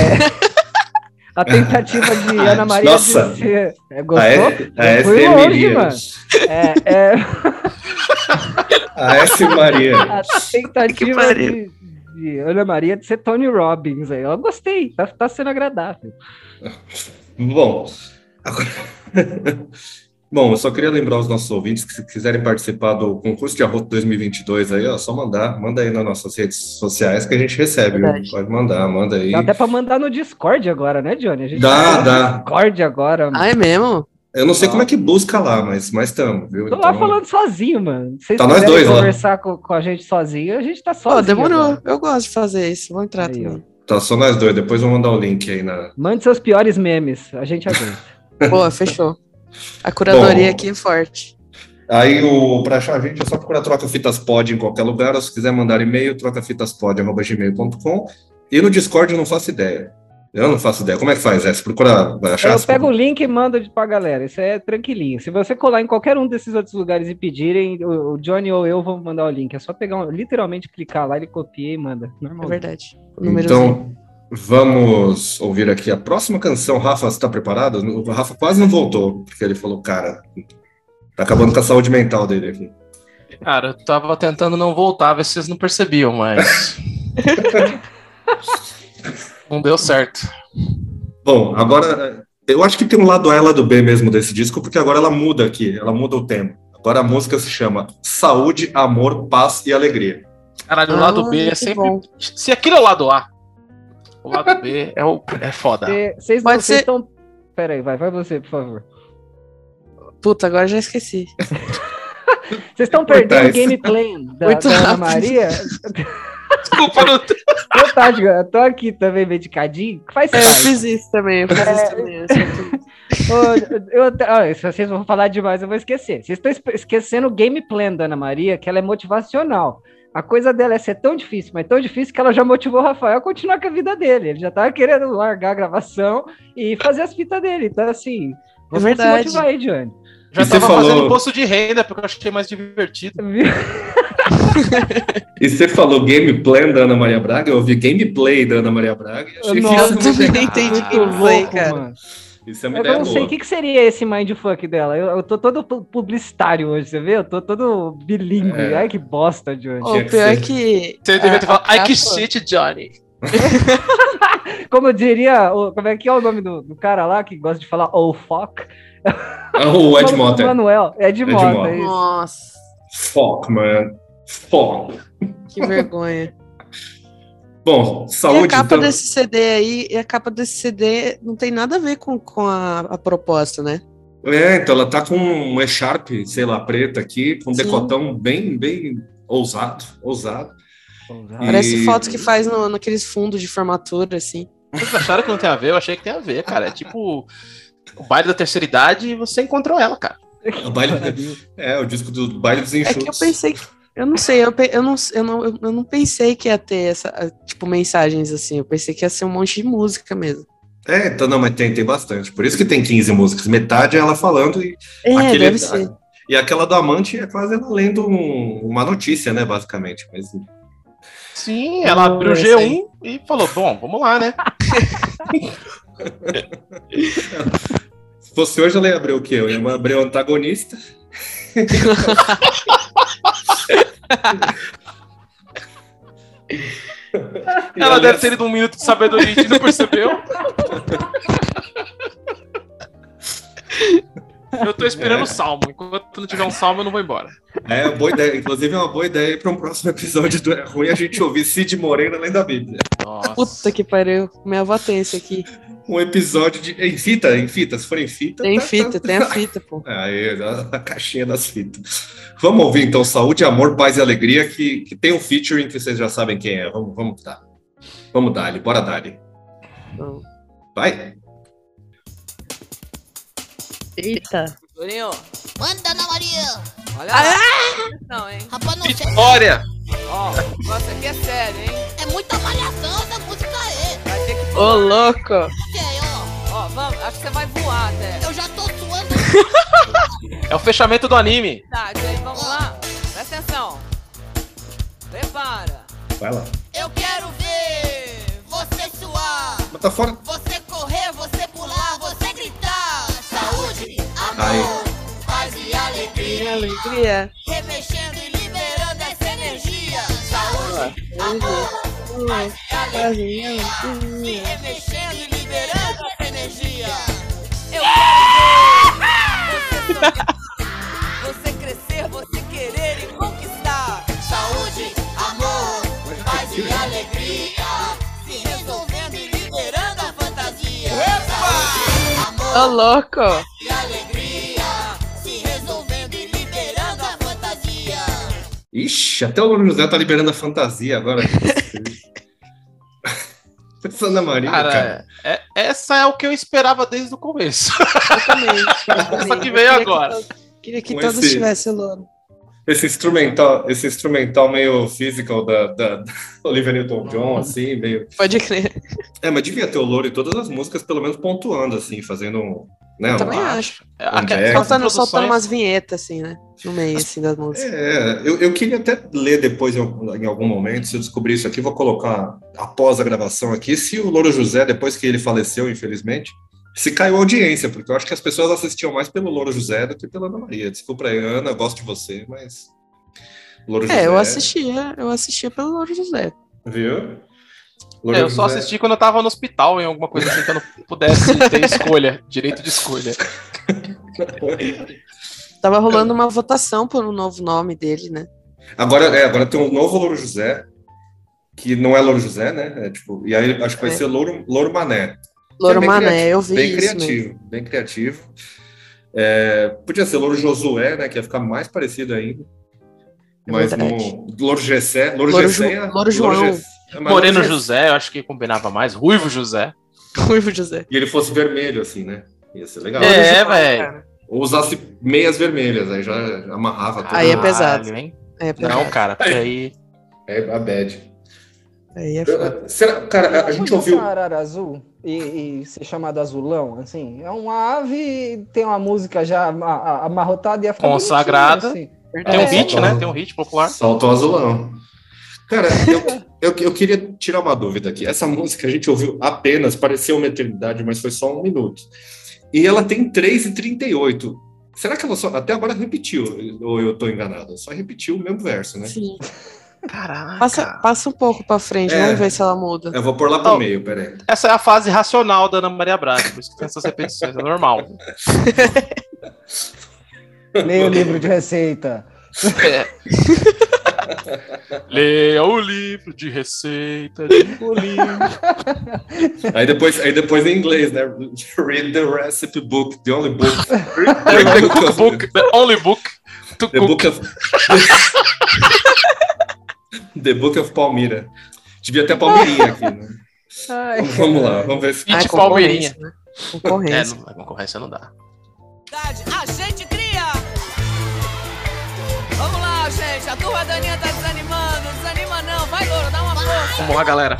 a tentativa de Ana Maria Nossa. de ser. É, A, gostou? S- a S. Fui longe, Maria. mano. É, é, A S. Maria. a tentativa de, de Ana Maria de ser Tony Robbins aí. Eu gostei, tá, tá sendo agradável. Bom, agora... Bom, eu só queria lembrar os nossos ouvintes que se quiserem participar do concurso de arroto 2022 aí, ó, só mandar, manda aí nas nossas redes sociais que a gente recebe, viu? Verdade. pode mandar, manda aí. Dá até pra mandar no Discord agora, né, Johnny? A gente Dá, tá no dá. Discord agora. Ah, é mesmo? Eu não sei como é que busca lá, mas mas estamos, viu? Então, Tô lá falando sozinho, mano. Se vocês Tá nós quiserem dois lá. conversar com, com a gente sozinho, a gente tá Pô, sozinho. demorou. agora. Eu gosto de fazer isso. Vou entrar Aí, também. Tá só nós dois, depois eu vou mandar o link aí na... Mande seus piores memes, a gente aguenta. Boa, fechou. A curadoria Bom. aqui é forte. Aí, o, pra achar a gente, é só procurar Troca Fitas Pod em qualquer lugar, ou se quiser mandar e-mail, trocafitaspod.gmail.com e no Discord eu não faço ideia. Eu não faço ideia. Como é que faz? É, você procura achar... Eu pego o link e mando de- pra galera, isso é tranquilinho. Se você colar em qualquer um desses outros lugares e pedirem, o, o Johnny ou eu vamos mandar o link. É só pegar, um- literalmente clicar lá, ele copia e manda. É Normal. verdade. O númerozinho. Então, Vamos ouvir aqui a próxima canção. Rafa, você está preparado? O Rafa quase não voltou, porque ele falou, cara, tá acabando com a saúde mental dele aqui. Cara, eu tava tentando não voltar, ver se vocês não percebiam, mas. não deu certo. Bom, agora eu acho que tem um lado A e lado B mesmo desse disco, porque agora ela muda aqui, ela muda o tema. Agora a música se chama Saúde, Amor, Paz e Alegria. Caralho, o lado B é Ah, que sempre. bom. Se aquilo é o lado A, o lado B é, o... é foda. Cê- Vocês não Pode ser- estão. Pera aí, vai, vai você, por favor. Puta, agora já esqueci. Vocês estão Coitado. perdendo o gameplay da, Muito da Ana rápido. Maria? Desculpa, não tem. Fantástico, eu tô aqui também medicadinho. Faz É, eu parte. fiz isso também, eu fiz isso também. eu sinto- Ô, eu, até- olha, se vocês vão falar demais, eu vou esquecer. Vocês estão espe- esquecendo o game plan da Ana Maria, que ela é motivacional. A coisa dela é ser tão difícil, mas tão difícil que ela já motivou o Rafael a continuar com a vida dele. Ele já tava querendo largar a gravação e fazer as fitas dele. Então, assim, É vamos se verdade. motivar aí, Johnny. Já E você tava fazendo falou- imposto de renda, porque eu achei mais divertido. Viu? E você falou game plan da Ana Maria Braga, eu ouvi gameplay da Ana Maria Braga e achei Nossa, que eu isso, é também não entendi Ah, o que eu falei, cara. mano. isso é uma Eu ideia não sei, o boa. que, que seria esse mindfuck dela? Eu, eu tô todo pu- publicitário hoje, você vê? Eu tô todo bilíngue. É. Ai, que bosta, Johnny. Ô, Tinha que pior ser. que. Você devia ter a- falado, a ai que capa- shit, Johnny. Como eu diria, o- como é que é o nome do, do cara lá que gosta de falar oh fuck? Ah, o Ed nome do Motter. Manuel, é de Ed Mota, Mota. é isso. Nossa, Fuck, man. Fuck. que vergonha. Bom, e a saúde capa então. desse CD aí, e a capa desse CD não tem nada a ver com, com a, a proposta, né? É, então ela tá com um E-Sharp, sei lá, preta aqui, com um Sim. decotão bem, bem ousado, ousado. E- Parece fotos que faz no, naqueles fundos de formatura, assim. Vocês acharam que não tem a ver? Eu achei que tem a ver, cara. É tipo o baile da terceira idade e você encontrou ela, cara. O baile- é, o disco do Baile dos É que eu Enxutos. pensei que. Eu não sei, eu, pe- eu, não, eu, não, eu não pensei que ia ter essa, ah, tipo, mensagens assim. Eu pensei que ia ser um monte de música mesmo. É, então não, mas tem, tem bastante. Por isso que tem 15 músicas. Metade é ela falando e, É, Aquele- deve ser. e aquela do amante é quase ela lendo um- uma notícia, né, basicamente. Mas Sim, é ela abriu o essa aí. G1 e falou: bom, vamos lá, né? se fosse hoje, ela ia abrir o quê? Eu ia abrir o antagonista. E Ela deve ia- ter ido um minuto de sabedoria e não percebeu. Eu tô esperando o salmo. Enquanto não tiver um salmo, eu não vou embora. É, boa ideia. Inclusive, é uma boa ideia para um próximo episódio do É Ruim a gente ouvir Cid Moreira além da Bíblia. Puta que pariu. Minha avó tem esse aqui. Um episódio de. Em fita, em fita, se for em fita. Tem tá- fita, tá- tem a fita, pô. Aí, a, a caixinha das fitas. Vamos ouvir então Saúde, Amor, Paz e Alegria, que, que tem um featuring que vocês já sabem quem é. Vamos, vamos dar. Vamos dar bora dar Vamos. Vai. Eita. Durinho, Manda, Ana Maria! olha lá. Ah! Não, hein? Rapaz, não sei. Vitória! Ó, O negócio aqui é sério, hein? É muita malhação essa música aí. Vai ter que. Ô, louco! Sei, ó. Ó, vamos, acho que você vai voar até. Eu já tô suando. É o fechamento do anime. Tá, gente, vamos lá? Presta atenção. Prepara. Vai lá. Eu quero ver você suar. Mas tá fora. Você correr, você pular, você gritar. Saúde, amor, paz e alegria. alegria! Remexendo e liberando essa energia. Saúde, amor, paz e alegria. Se remexendo e liberando essa energia. Eu quero ver você sonhar, você crescer, você querer e conquistar. Saúde, amor, paz e alegria. Se resolvendo e liberando a fantasia. Saúde, amor. Ô, louco! e alegria se resolvendo e liberando a fantasia. Ixi, até o Bruno José tá liberando a fantasia agora. Santa Maria, cara. Cara, é- essa é o que eu esperava desde o começo. Eu também. eu também. Só que veio Eu queria agora. todo- Queria que Com todos esse- tivessem louro. Esse instrumental, esse instrumental meio physical da, da, da Olivia Newton-John, assim, meio. Pode crer. É, mas devia ter o louro em todas as músicas, pelo menos pontuando, assim, fazendo um, Né? Eu também acho. acho. É, aquela- É. aquelas Soltando, soltando produções- umas vinhetas, assim, né? No meio, assim, das músicas. É, eu, eu queria até ler depois, em algum- em algum momento, se eu descobrir isso aqui, vou colocar após a gravação aqui, se o Louro José, depois que ele faleceu, infelizmente, se caiu a audiência, porque eu acho que as pessoas assistiam mais pelo Louro José do que pela Ana Maria. Desculpa aí, Ana, eu gosto de você, mas... Louro É, eu assistia, eu assistia pelo Louro José. Viu? É, eu só assisti quando eu tava no hospital, em alguma coisa assim, que eu não pudesse ter escolha, direito de escolha. Tava rolando uma votação por um novo nome dele, né? Agora, é, agora tem um novo Louro José, que não é Louro José, né? É, tipo, e aí acho que vai É. ser Louro, Louro Mané. Louro é bem Mané, criativo, eu vi bem isso. mesmo. criativo, bem criativo. É, podia ser Louro Josué, né? Que ia ficar mais parecido ainda. É Mas verdade. no Louro Gessé. Louro, Louro Gessé Ju- é- Louro João. Gessé- mas Moreno Louro Gessé- José, eu acho que combinava mais. Ruivo José. Ruivo José. E ele fosse vermelho, assim, né? Ia ser legal. É, Louro José, véi. cara. Ou usasse meias vermelhas, aí já amarrava tudo. Aí é Caralho, pesado. hein? É, Não, pesado. cara, porque aí. É a bad. Aí é foda. Eu- Será, cara, a gente ouviu. uma é arara azul e, e ser chamado azulão, assim? É uma ave, tem uma música já ama- a- amarrotada e a Consagrada. Tem um É. hit, né? Tem um hit popular. Solta o azulão. Cara, eu, eu, eu queria tirar uma dúvida aqui. Essa música a gente ouviu apenas, parecia uma eternidade, mas foi só um minuto. E ela tem 3,38. Será que ela só. Até agora repetiu, ou eu tô enganado? Só repetiu o mesmo verso, né? Sim. Caraca. Passa, passa um pouco pra frente, É. vamos ver se ela muda. Eu vou pôr lá pro Oh. meio, peraí. Essa é a fase racional da Ana Maria Braga, por isso que tem essas repetições, é normal. assim. Leia o livro de receita. É. Leia o livro de receita de bolinho. Aí depois, aí depois em inglês, né? Read the recipe book, the only book. Take Read the cookbook, the only book to The cook. Book of. The Book of Palmira. Devia ter Palmeirinha aqui, né? Ai, Vamos lá, vamos ver Ah, se. E de é Palmeirinha. concorrência, né? É, Concorrência. não, a concorrência não dá. A gente cria! Vamos lá, gente. A turma daninha tá desanimando. Desanima não. Vai, Louro, dá uma força. Vamos lá, galera.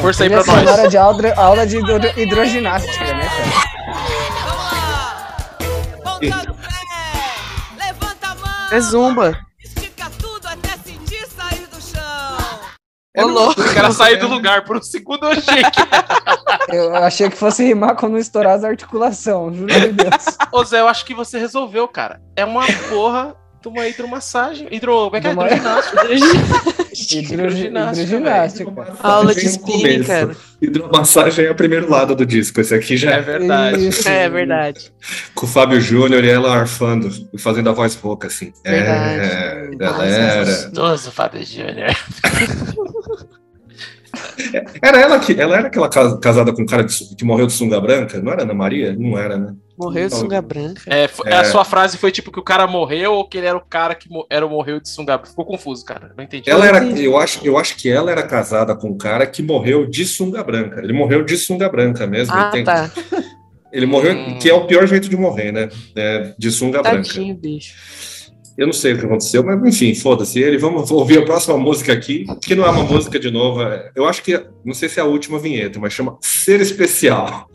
Força aí Trilha assim, pra nós. sonora de aula, aula de hidro- hidroginástica, né, cara? Vamos lá. Ponta do pé. Levanta a mão. É zumba. Estica tudo até sentir sair do chão. Ô, louco. O cara sair do lugar por um segundo, eu achei que. Eu achei que fosse rimar quando estourar as articulações, juro por Deus. Ô Zé, eu acho que você resolveu, cara. É uma porra de uma hidromassagem. Hidro. Como é que é? De uma- Hidroginástica. Hidroginástica. Hidroginástica, velho. Aula de Tem um spinning, começo. cara. Hidromassagem é o primeiro lado do disco. Esse aqui já É é verdade. Isso. É verdade. com o Fábio Júnior e ela arfando e fazendo a voz rouca, assim. É, Verdade. Ah, galera. Gostoso, Fábio Júnior. Era ela que. Ela era aquela ca- casada com um cara de su- que morreu de sunga branca? Não era Ana Maria? Não era, né? Morreu de Não. sunga branca. É, fo- É. A sua frase foi tipo que o cara morreu ou que ele era o cara que mo- era o morreu de sunga. Ficou confuso, cara. Não entendi. Ela era, eu acho, eu acho que ela era casada com um cara que morreu de sunga branca. Ele morreu de sunga branca mesmo. Ah, tem- tá. Ele morreu, Hum. que é o pior jeito de morrer, né? É, de sunga branca. Tadinho, bicho. Eu não sei o que aconteceu, mas enfim, foda-se ele. Vamos ouvir a próxima música aqui, que não é uma música de novo. é- Eu acho que, não sei se é a última vinheta, mas chama Ser Especial.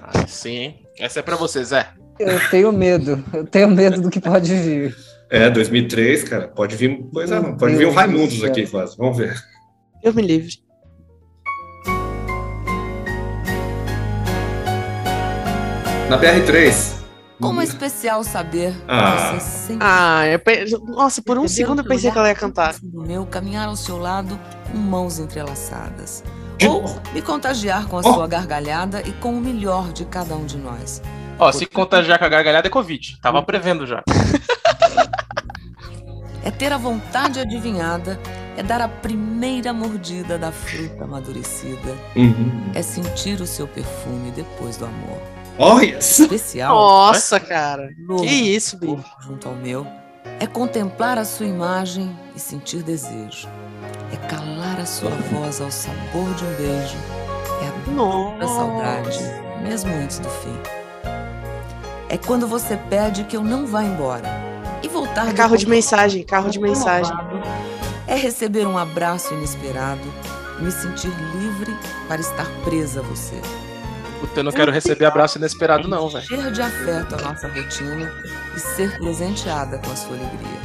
Ah, sim. Essa é pra você, Zé. Eu tenho medo. Eu tenho medo do que pode vir. É, 2003, cara. Pode vir coisa, Meu pode vir o Deus Raimundos do céu. aqui quase. Vamos ver. Deus me livre. Na BR3. Como é especial saber que Ah. você sempre Ah, eu pe... nossa, por um segundo eu pensei que ela ia cantar. No meu caminhar ao seu lado com mãos entrelaçadas. De- Ou me contagiar com a Oh. sua gargalhada e com o melhor de cada um de nós. Ó, se contagiar com a gargalhada é Covid. Tava prevendo já. É ter a vontade adivinhada, é dar a primeira mordida da fruta amadurecida, Uhum. é sentir o seu perfume depois do amor. Oh, yes. Especial, Nossa, cara. louco, Oh, Que isso, bicho. junto ao meu, é contemplar a sua imagem e sentir desejo. É calar a sua voz ao sabor de um beijo, é a da saudade, Nossa. mesmo antes do fim. É quando você pede que eu não vá embora e voltar É carro de depois mensagem, carro de mensagem. É receber um abraço inesperado, me sentir livre para estar presa a você. Puta, eu não quero receber abraço inesperado, não, velho. encher de afeto a nossa rotina e ser presenteada com a sua alegria.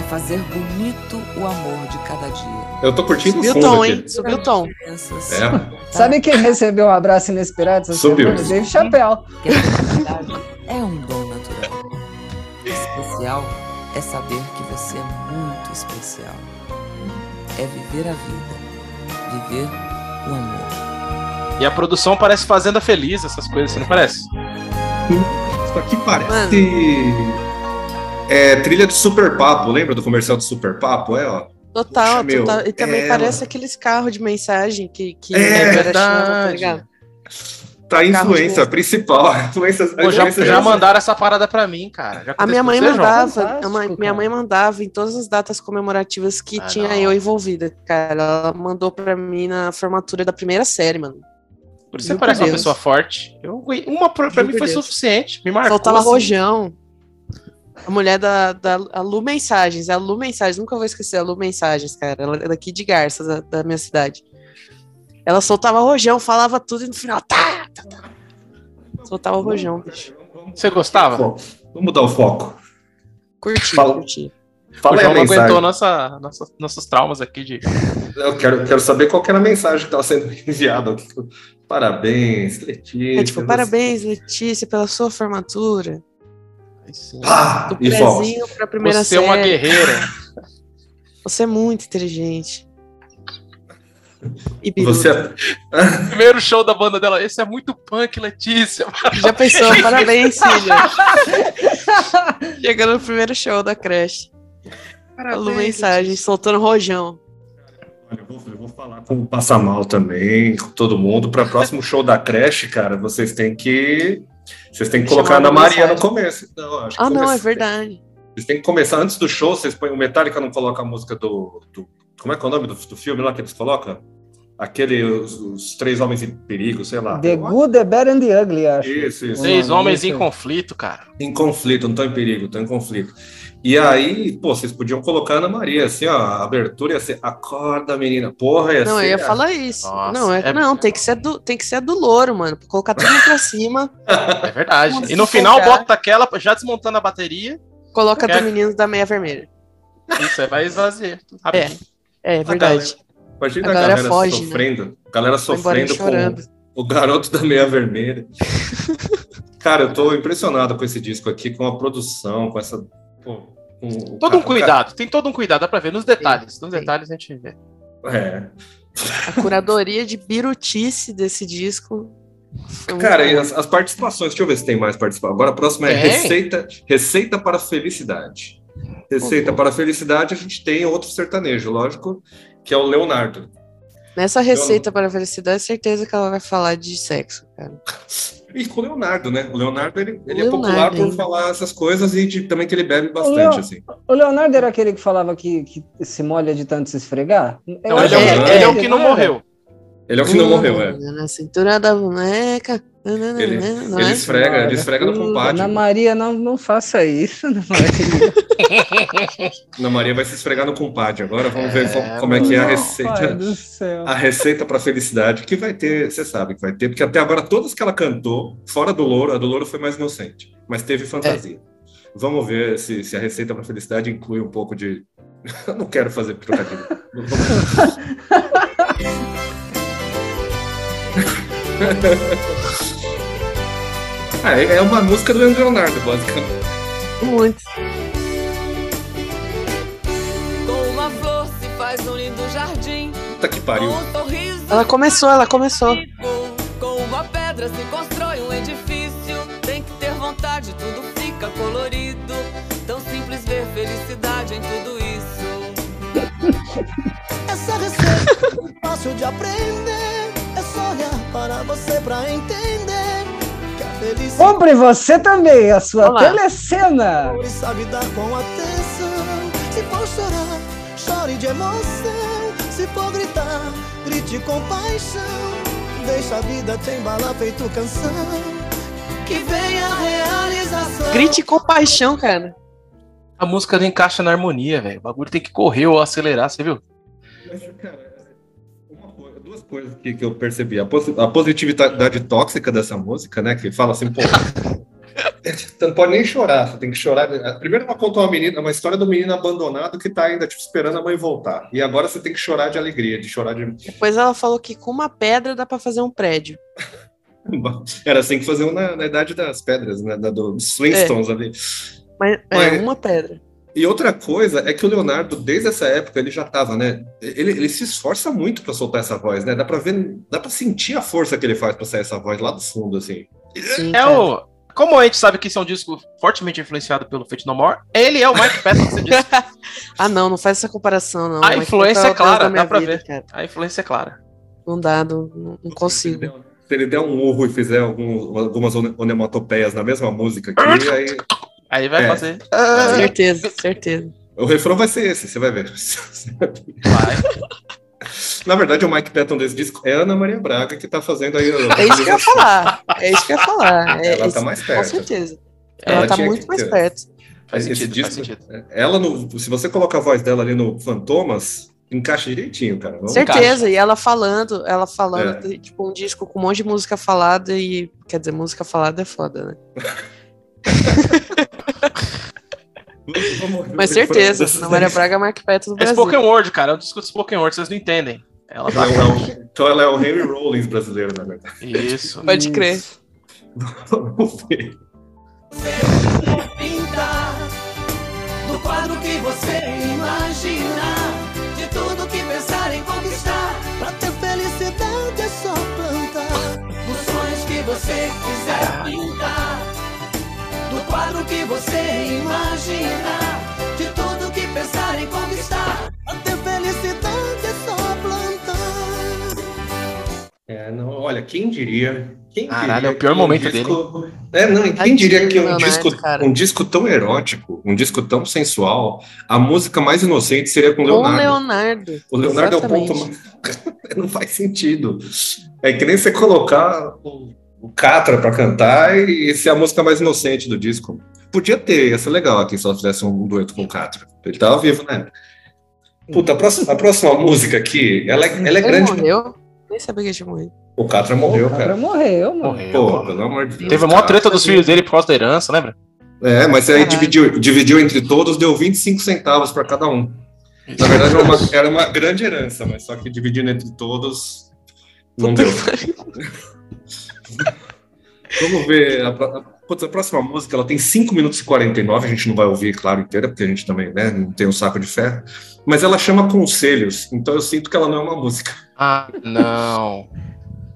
É fazer bonito o amor de cada dia. Eu tô curtindo o Subiu o fundo tom, aqui. hein? Subiu o tom. Crianças, É, Sabe quem recebeu um abraço inesperado? essa Subiu. semana? Dave Chapéu. que a felicidade é um dom natural. O Especial é saber que você é muito especial. É viver a vida, viver o amor. E a produção parece Fazenda Feliz, essas coisas, você não parece? isso aqui parece. É trilha de Super Papo, lembra do comercial do Super Papo? É, ó. Total, Puxa, meu, total. E também é, parece aqueles carros de mensagem que, que É, agora verdade. ligado? Tá a Carro de influência música. principal. A influência, a Pô, já, influência- já mandaram essa parada pra mim, cara. Já A minha aconteceu mãe com você, é João? mandava, Fantástico, a mãe- minha cara. mãe mandava em todas as datas comemorativas que Ah, tinha não. eu envolvida, cara. Ela mandou pra mim na formatura da primeira série, mano. Por isso você Juro parece por uma Deus. pessoa forte. Eu, uma pra, pra Juro mim por foi Deus. suficiente. Me marcou. Faltava assim. rojão. A mulher da, da a Lu Mensagens, a Lu Mensagens, nunca vou esquecer a Lu Mensagens, cara. Ela é daqui de Garça, da, da minha cidade. Ela soltava rojão, falava tudo e no final. Tá, tá, tá. Soltava rojão, bicho. Você gostava? Bom, Vamos mudar o foco. Curti, Fala- curti. o Fala aí a João não aguentou mensagem. nossa, nossa- nossos traumas aqui de. Eu quero, quero saber qual que era a mensagem que estava sendo enviada. Parabéns, Letícia. É, tipo, parabéns, Letícia, pela sua formatura. Pá! Do Ah, E volta. prezinho pra primeira Ah, Você é uma série. guerreira. Você é muito inteligente. E biludo. Você é Primeiro show da banda dela. Esse é muito punk, Letícia. Já pensou? Parabéns, filha. Chegando no primeiro show da creche. Parabéns, Lu mensagem, soltando rojão. Olha, eu vou, eu vou falar com o Passa Mal também, com todo mundo. Para o próximo show da creche, cara, vocês têm que. Vocês têm que Chamar colocar a Ana uma Maria no mensagem. começo. Não, acho que Ah, não, comece- é verdade. Vocês têm que começar antes do show, vocês põem o Metallica, não coloca a música do. do- como é que é o nome do, do filme lá que eles colocam? Aquele. Os, os Três Homens em Perigo, sei lá. The Good, The Bad and the Ugly, acho. é Isso, isso. é Seis Mano, homens isso em aí. conflito, cara. Em conflito, não estão em perigo, estão em conflito. E aí, pô, vocês podiam colocar a Ana Maria, assim, ó, a abertura ia ser Acorda, menina, porra, ia Não, ser. eu ia falar isso. Nossa, não, é- é- não tem, que ser do, tem que ser do louro, mano. Colocar tudo pra cima, É verdade. Nossa, E no se final folgar. bota aquela já desmontando a bateria. coloca É. do menino da meia vermelha. Isso aí vai esvaziar. É, rapidinho. é A verdade. Imagina A a galera galera, foge, né? sofrendo. A galera Vai embora um sofrendo com chorando. o garoto da meia vermelha. Cara, eu tô impressionado com esse disco aqui, com a produção, com essa. pô, com o Todo um cara- o cuidado. Tem todo um cuidado. Dá pra ver nos detalhes. Nos Sim. detalhes a gente vê. cara- é. A curadoria de birutice desse disco. foi muito Cara, boa. e as, as participações, deixa eu ver se tem mais participação. Agora a próxima é Tem. Receita, Receita para a Felicidade. Receita para a Felicidade, a gente tem outro sertanejo, lógico, que é o Leonardo. Nessa receita para a felicidade, certeza que ela vai falar de sexo, cara. E com o Leonardo, né? O Leonardo, ele, ele é Leonardo, popular por hein? falar essas coisas e de- também que ele bebe Leo- bastante, assim. O Leonardo era aquele que falava que, que se molha de tanto se esfregar? Então, Eu ele, acho é, que- ele é o que não morreu. Ele é o que não morreu, é. Na cintura da boneca. nananana, Ele- não Ele é? esfrega, ele esfrega no Hum, compadre. Ana Maria, não, não faça isso, Ana Maria. Ana Maria vai se esfregar no compadre. Agora vamos ver É, como é que é a Meu Pai receita. do céu. A receita para felicidade que vai ter, você sabe que vai ter, porque até agora todas que ela cantou, fora do Louro, a do Louro foi mais inocente, mas teve fantasia. Vamos ver se, se a receita para felicidade inclui um pouco de. Eu não quero fazer trocadilho. Vamos- Ah, é é uma música do Leonardo, basicamente. Muito. Com uma flor se faz um lindo jardim. Puta que Com pariu. um sorriso. Ela começou, ela começou. Com uma pedra se constrói um edifício. Tem que ter vontade, tudo fica colorido. Tão simples ver felicidade em tudo isso. Essa receita é fácil de aprender. É só olhar para você pra entender que a felicidade Compre você também a sua Olá. telecena. sabe dar com atenção. Se for chorar, chore de emoção. Se for gritar, grite com paixão. Deixa a vida te embalar feito canção. Que venha a realização. Grite com paixão, cara. A música não encaixa na harmonia, velho. O bagulho tem que correr ou acelerar, você viu? Mas, cara, uma coisa, duas duas coisas que, que eu percebi. A, posi- a positividade tóxica dessa música, né? Que fala assim, pô. Você não pode nem chorar, você tem que chorar. Primeiro ela contou uma menina, uma história do menino abandonado que tá ainda tipo, esperando a mãe voltar. E agora você tem que chorar de alegria, de chorar de. Depois ela falou que com uma pedra dá pra fazer um prédio. Era assim que faziam na, na Idade das Pedras, né? Da, do- dos Flintstones ali. Mas é Mas- uma pedra. E outra coisa é que o Leonardo, desde essa época, ele já estava, né? Ele, ele se esforça muito para soltar essa voz, né? Dá para ver, dá para sentir a força que ele faz para sair essa voz lá do fundo, assim. Sim, É cara. o. Como a gente sabe que isso é um disco fortemente influenciado pelo Fate No More, ele é o Mike Patton desse disco. Ah, não, não faz essa comparação, não. A Mike influência Patton é o deus clara, da minha dá pra vida, ver. cara. A influência é clara. Não dá, não, não- não consigo. Se ele der um urro e fizer algum- algumas one- onomatopeias na mesma música aqui, aí Aí vai É. fazer. Certeza, certeza. o refrão vai ser esse, você vai ver. Vai. na verdade, o Mike Patton desse disco é a Ana Maria Braga que tá fazendo aí. É isso que eu ia falar. É isso que eu ia falar. É Ela isso- tá mais Com perto. certeza. É, Ela tá tinha muito que mais ter. perto. Faz Esse sentido, faz disco- é sentido. né. Ela, no, se você colocar a voz dela ali no Fantomas, encaixa direitinho, cara. Vamos Certeza. E ela falando, ela falando, É. tem, tipo, um disco com um monte de música falada e. Quer dizer, música falada é foda, né? Vamos- Mas certeza, Ana Maria Braga é Mark Petto do É Brasil. Spoken Word, cara. É um disco de Spoken Word, vocês não entendem. Ela Então tá. ela é o- Então ela é o Henry Rollins brasileiro, né, na verdade. Isso. Pode crer. Vamos ver. pintar do quadro que você imaginar, de tudo que pensar em conquistar, Pra ter felicidade é só plantar. dos sonhos que você quiser pintar, do quadro que você imaginar, de tudo que pensar em conquistar. Pra ter felicidade é só plantar. É, não, olha, quem diria? Quem Caralho, diria é o pior que um momento disco... É, não, e quem Tadinho diria que do um Leonardo, disco, cara. um disco tão erótico, um disco tão sensual, a música mais inocente seria com o Ou Leonardo. Leonardo. O Leonardo é o ponto mais. não faz sentido. É que nem você colocar o, o Catra pra cantar e ser a música mais inocente do disco. Podia ter, ia ser legal aqui se ela fizesse um dueto com o Catra. Ele tava vivo, né? Puta, a próxima, a próxima música aqui, ela, é- ela é Ele grande. morreu? Nem sabia que ele tinha morrido. O Catra morreu, Cara, cara. morreu, mano. Morreu. Pô, pô. pelo amor de Deus. Teve a maior cara. treta dos filhos dele por causa da herança, lembra? É, mas aí Caralho. dividiu, dividiu entre todos, deu 25 centavos pra cada um. Na verdade, era uma, era uma grande herança, mas só que dividindo entre todos, não deu. Vamos ver. A, pro- putz, a próxima música ela tem 5 minutos e 49, a gente não vai ouvir, claro, inteira, porque a gente também né, não tem um saco de ferro. Mas ela chama Conselhos, então eu sinto que ela não é uma música. Ah, não.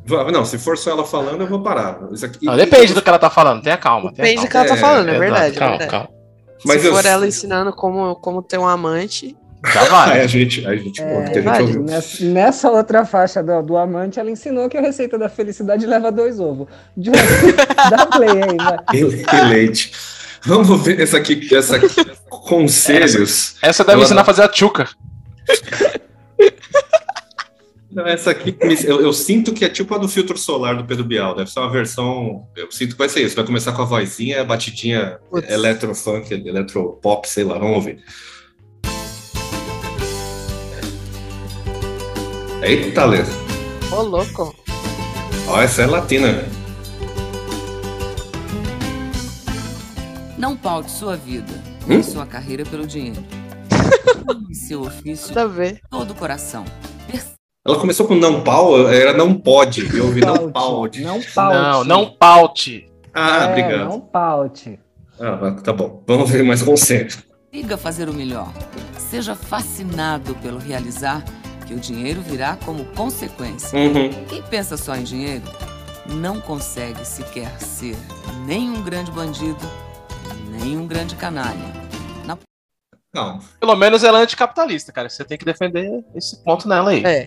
Va- Não, se for só ela falando, eu vou parar. Isso aqui- Não, Depende do que ela tá falando, tenha calma. Tenha Depende calma. do que ela tá É, falando, é, Exato, verdade. é Calma, verdade. calma. Mas Se eu- for ela ensinando como, como ter um amante, Já Aí vai. a gente, aí a É, gente, ouve, porque a gente vai, né? ouviu. Nessa, nessa outra faixa do, do amante, ela ensinou que a receita da felicidade leva dois ovos. De um- dá play aí, vai. Ele- Eleite. Vamos ver essa aqui, essa aqui. Conselhos. Essa deve Ela ensinar a fazer a tchuca. Não, essa aqui, me- eu, eu sinto que é tipo a do filtro solar do Pedro Bial. Deve ser uma versão. Eu sinto que vai ser isso. Vai começar com a vozinha, a batidinha Putz. eletrofunk, eletropop, sei lá. Vamos ouvir. Eita, Leda. ô louco. Ó, essa é latina. Não paute sua vida Hum? nem sua carreira pelo dinheiro. Ame seu ofício Nada a ver. de todo o coração. Ela começou com não pau, era não pode. Eu ouvi não pode. Não paute. Não, não paute. Ah, É, obrigado. Não paute. Ah, tá bom. Vamos ver mais conselhos. Siga fazer o melhor. Seja fascinado pelo realizar, que o dinheiro virá como consequência. Uhum. Quem pensa só em dinheiro não consegue sequer ser nem um grande bandido, nem um grande canalha. Não, Pelo menos ela é anticapitalista, cara. Você tem que defender esse ponto nela aí. É,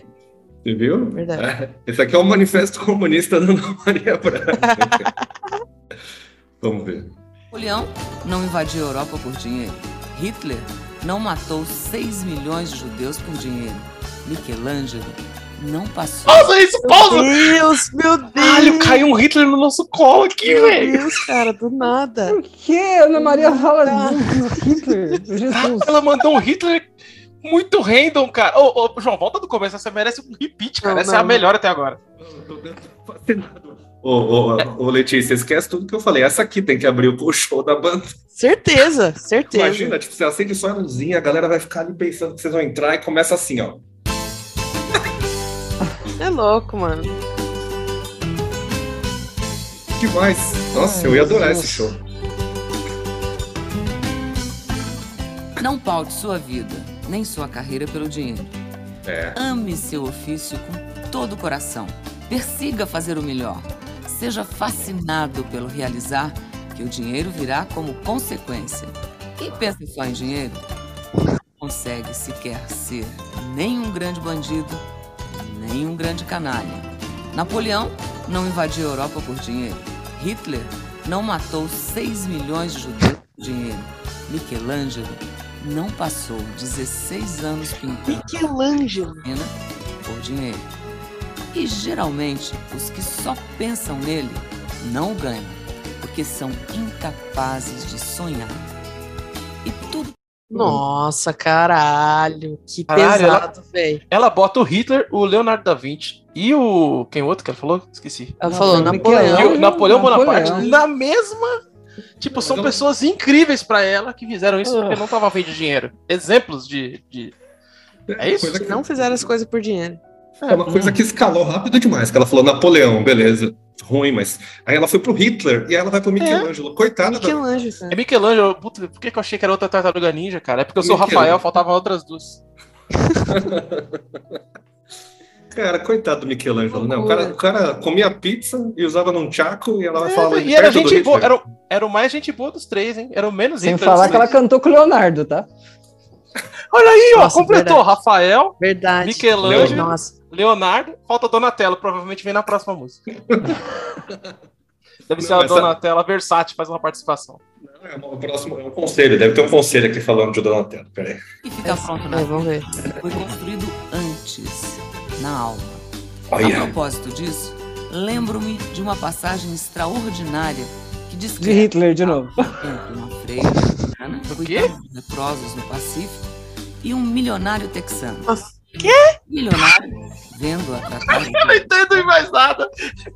Você viu? Verdade. É. Esse aqui é o manifesto comunista da Ana Maria Braga. Vamos ver. Napoleão não invadiu a Europa por dinheiro. Hitler não matou 6 milhões de judeus por dinheiro. Michelangelo não passou. Pausa isso, pausa! Deus, meu Deus! Caralho, caiu um Hitler no nosso colo aqui, Meu velho. Deus, cara, do nada. Por que Ana Maria fala do do um Hitler? Jesus. Tá Ela mandou um Hitler muito random, cara. Ô, ô, João, volta do começo. Essa merece um repeat, cara. Não, Essa é não, a melhor até agora. Ô, ô, ô, Letícia, esquece tudo que eu falei. Essa aqui tem que abrir o show da banda. Certeza, certeza. Imagina, tipo, você acende só a luzinha, a galera vai ficar ali pensando que vocês vão entrar e começa assim, ó. É louco, mano. Que mais? Nossa, eu ia adorar esse show. Não paute sua vida, nem sua carreira pelo dinheiro. É. Ame seu ofício com todo o coração. Persiga fazer o melhor. Seja fascinado pelo realizar, que o dinheiro virá como consequência. Quem pensa só em dinheiro não consegue sequer ser nem um grande bandido, nem um grande canalha. Napoleão não invadiu a Europa por dinheiro. Hitler não matou 6 milhões de judeus por dinheiro. Michelangelo não passou 16 anos pintando Michelangelo. pena né, por dinheiro. E geralmente os que só pensam nele não o ganham, porque são incapazes de sonhar. E tudo Nossa, caralho. Que Uhum. Caralho, ela- pesado, velho. Ela bota o Hitler, o Leonardo da Vinci e o. Quem outro que ela falou? Esqueci. Ela falou, Não, Napoleão. E o Leonardo Napoleão Bonaparte Napoleão. na mesma. Tipo, são pessoas incríveis pra ela que fizeram isso porque não tava feito de dinheiro. Exemplos de. de... É isso? Coisa que- Não fizeram as coisas por dinheiro. É uma coisa que escalou rápido demais, que ela falou Napoleão, beleza, ruim, mas aí ela foi pro Hitler e aí ela vai pro Michelangelo. Coitada da... Michelangelo, cara. É Michelangelo. Puta, por que, que eu achei que era outra tartaruga ninja, cara? É porque eu sou o Michelangelo. Rafael, faltavam outras duas. Cara, coitado do Michelangelo, não. O cara, o cara comia pizza e usava num tchaco e ela vai falar É, e era perto do gente boa. Hitler. Era, o- era o mais gente boa dos três, hein? Era o menos Sem Hitler dos falar que ela três. cantou com o Leonardo, tá? Olha aí, ó, Nossa, completou. Rafael, Verdade. Michelangelo. Nossa. Leonardo, falta Donatello, provavelmente vem na próxima música. Deve ser Não, a essa- Donatella Versace, faz uma participação. É uma- o próximo é um conselho, deve ter um conselho aqui falando de Donatello, peraí. que fica pronto na É, vamos ver. vida foi construído antes, na alma. A Olha, propósito disso, lembro-me de uma passagem extraordinária que diz De Hitler de novo. Ah, entre uma freira americana, O quê? cuidando de leprosos no Pacífico, e um milionário texano. Nossa, Milionário, vendo-a tratar Não entendo mais nada.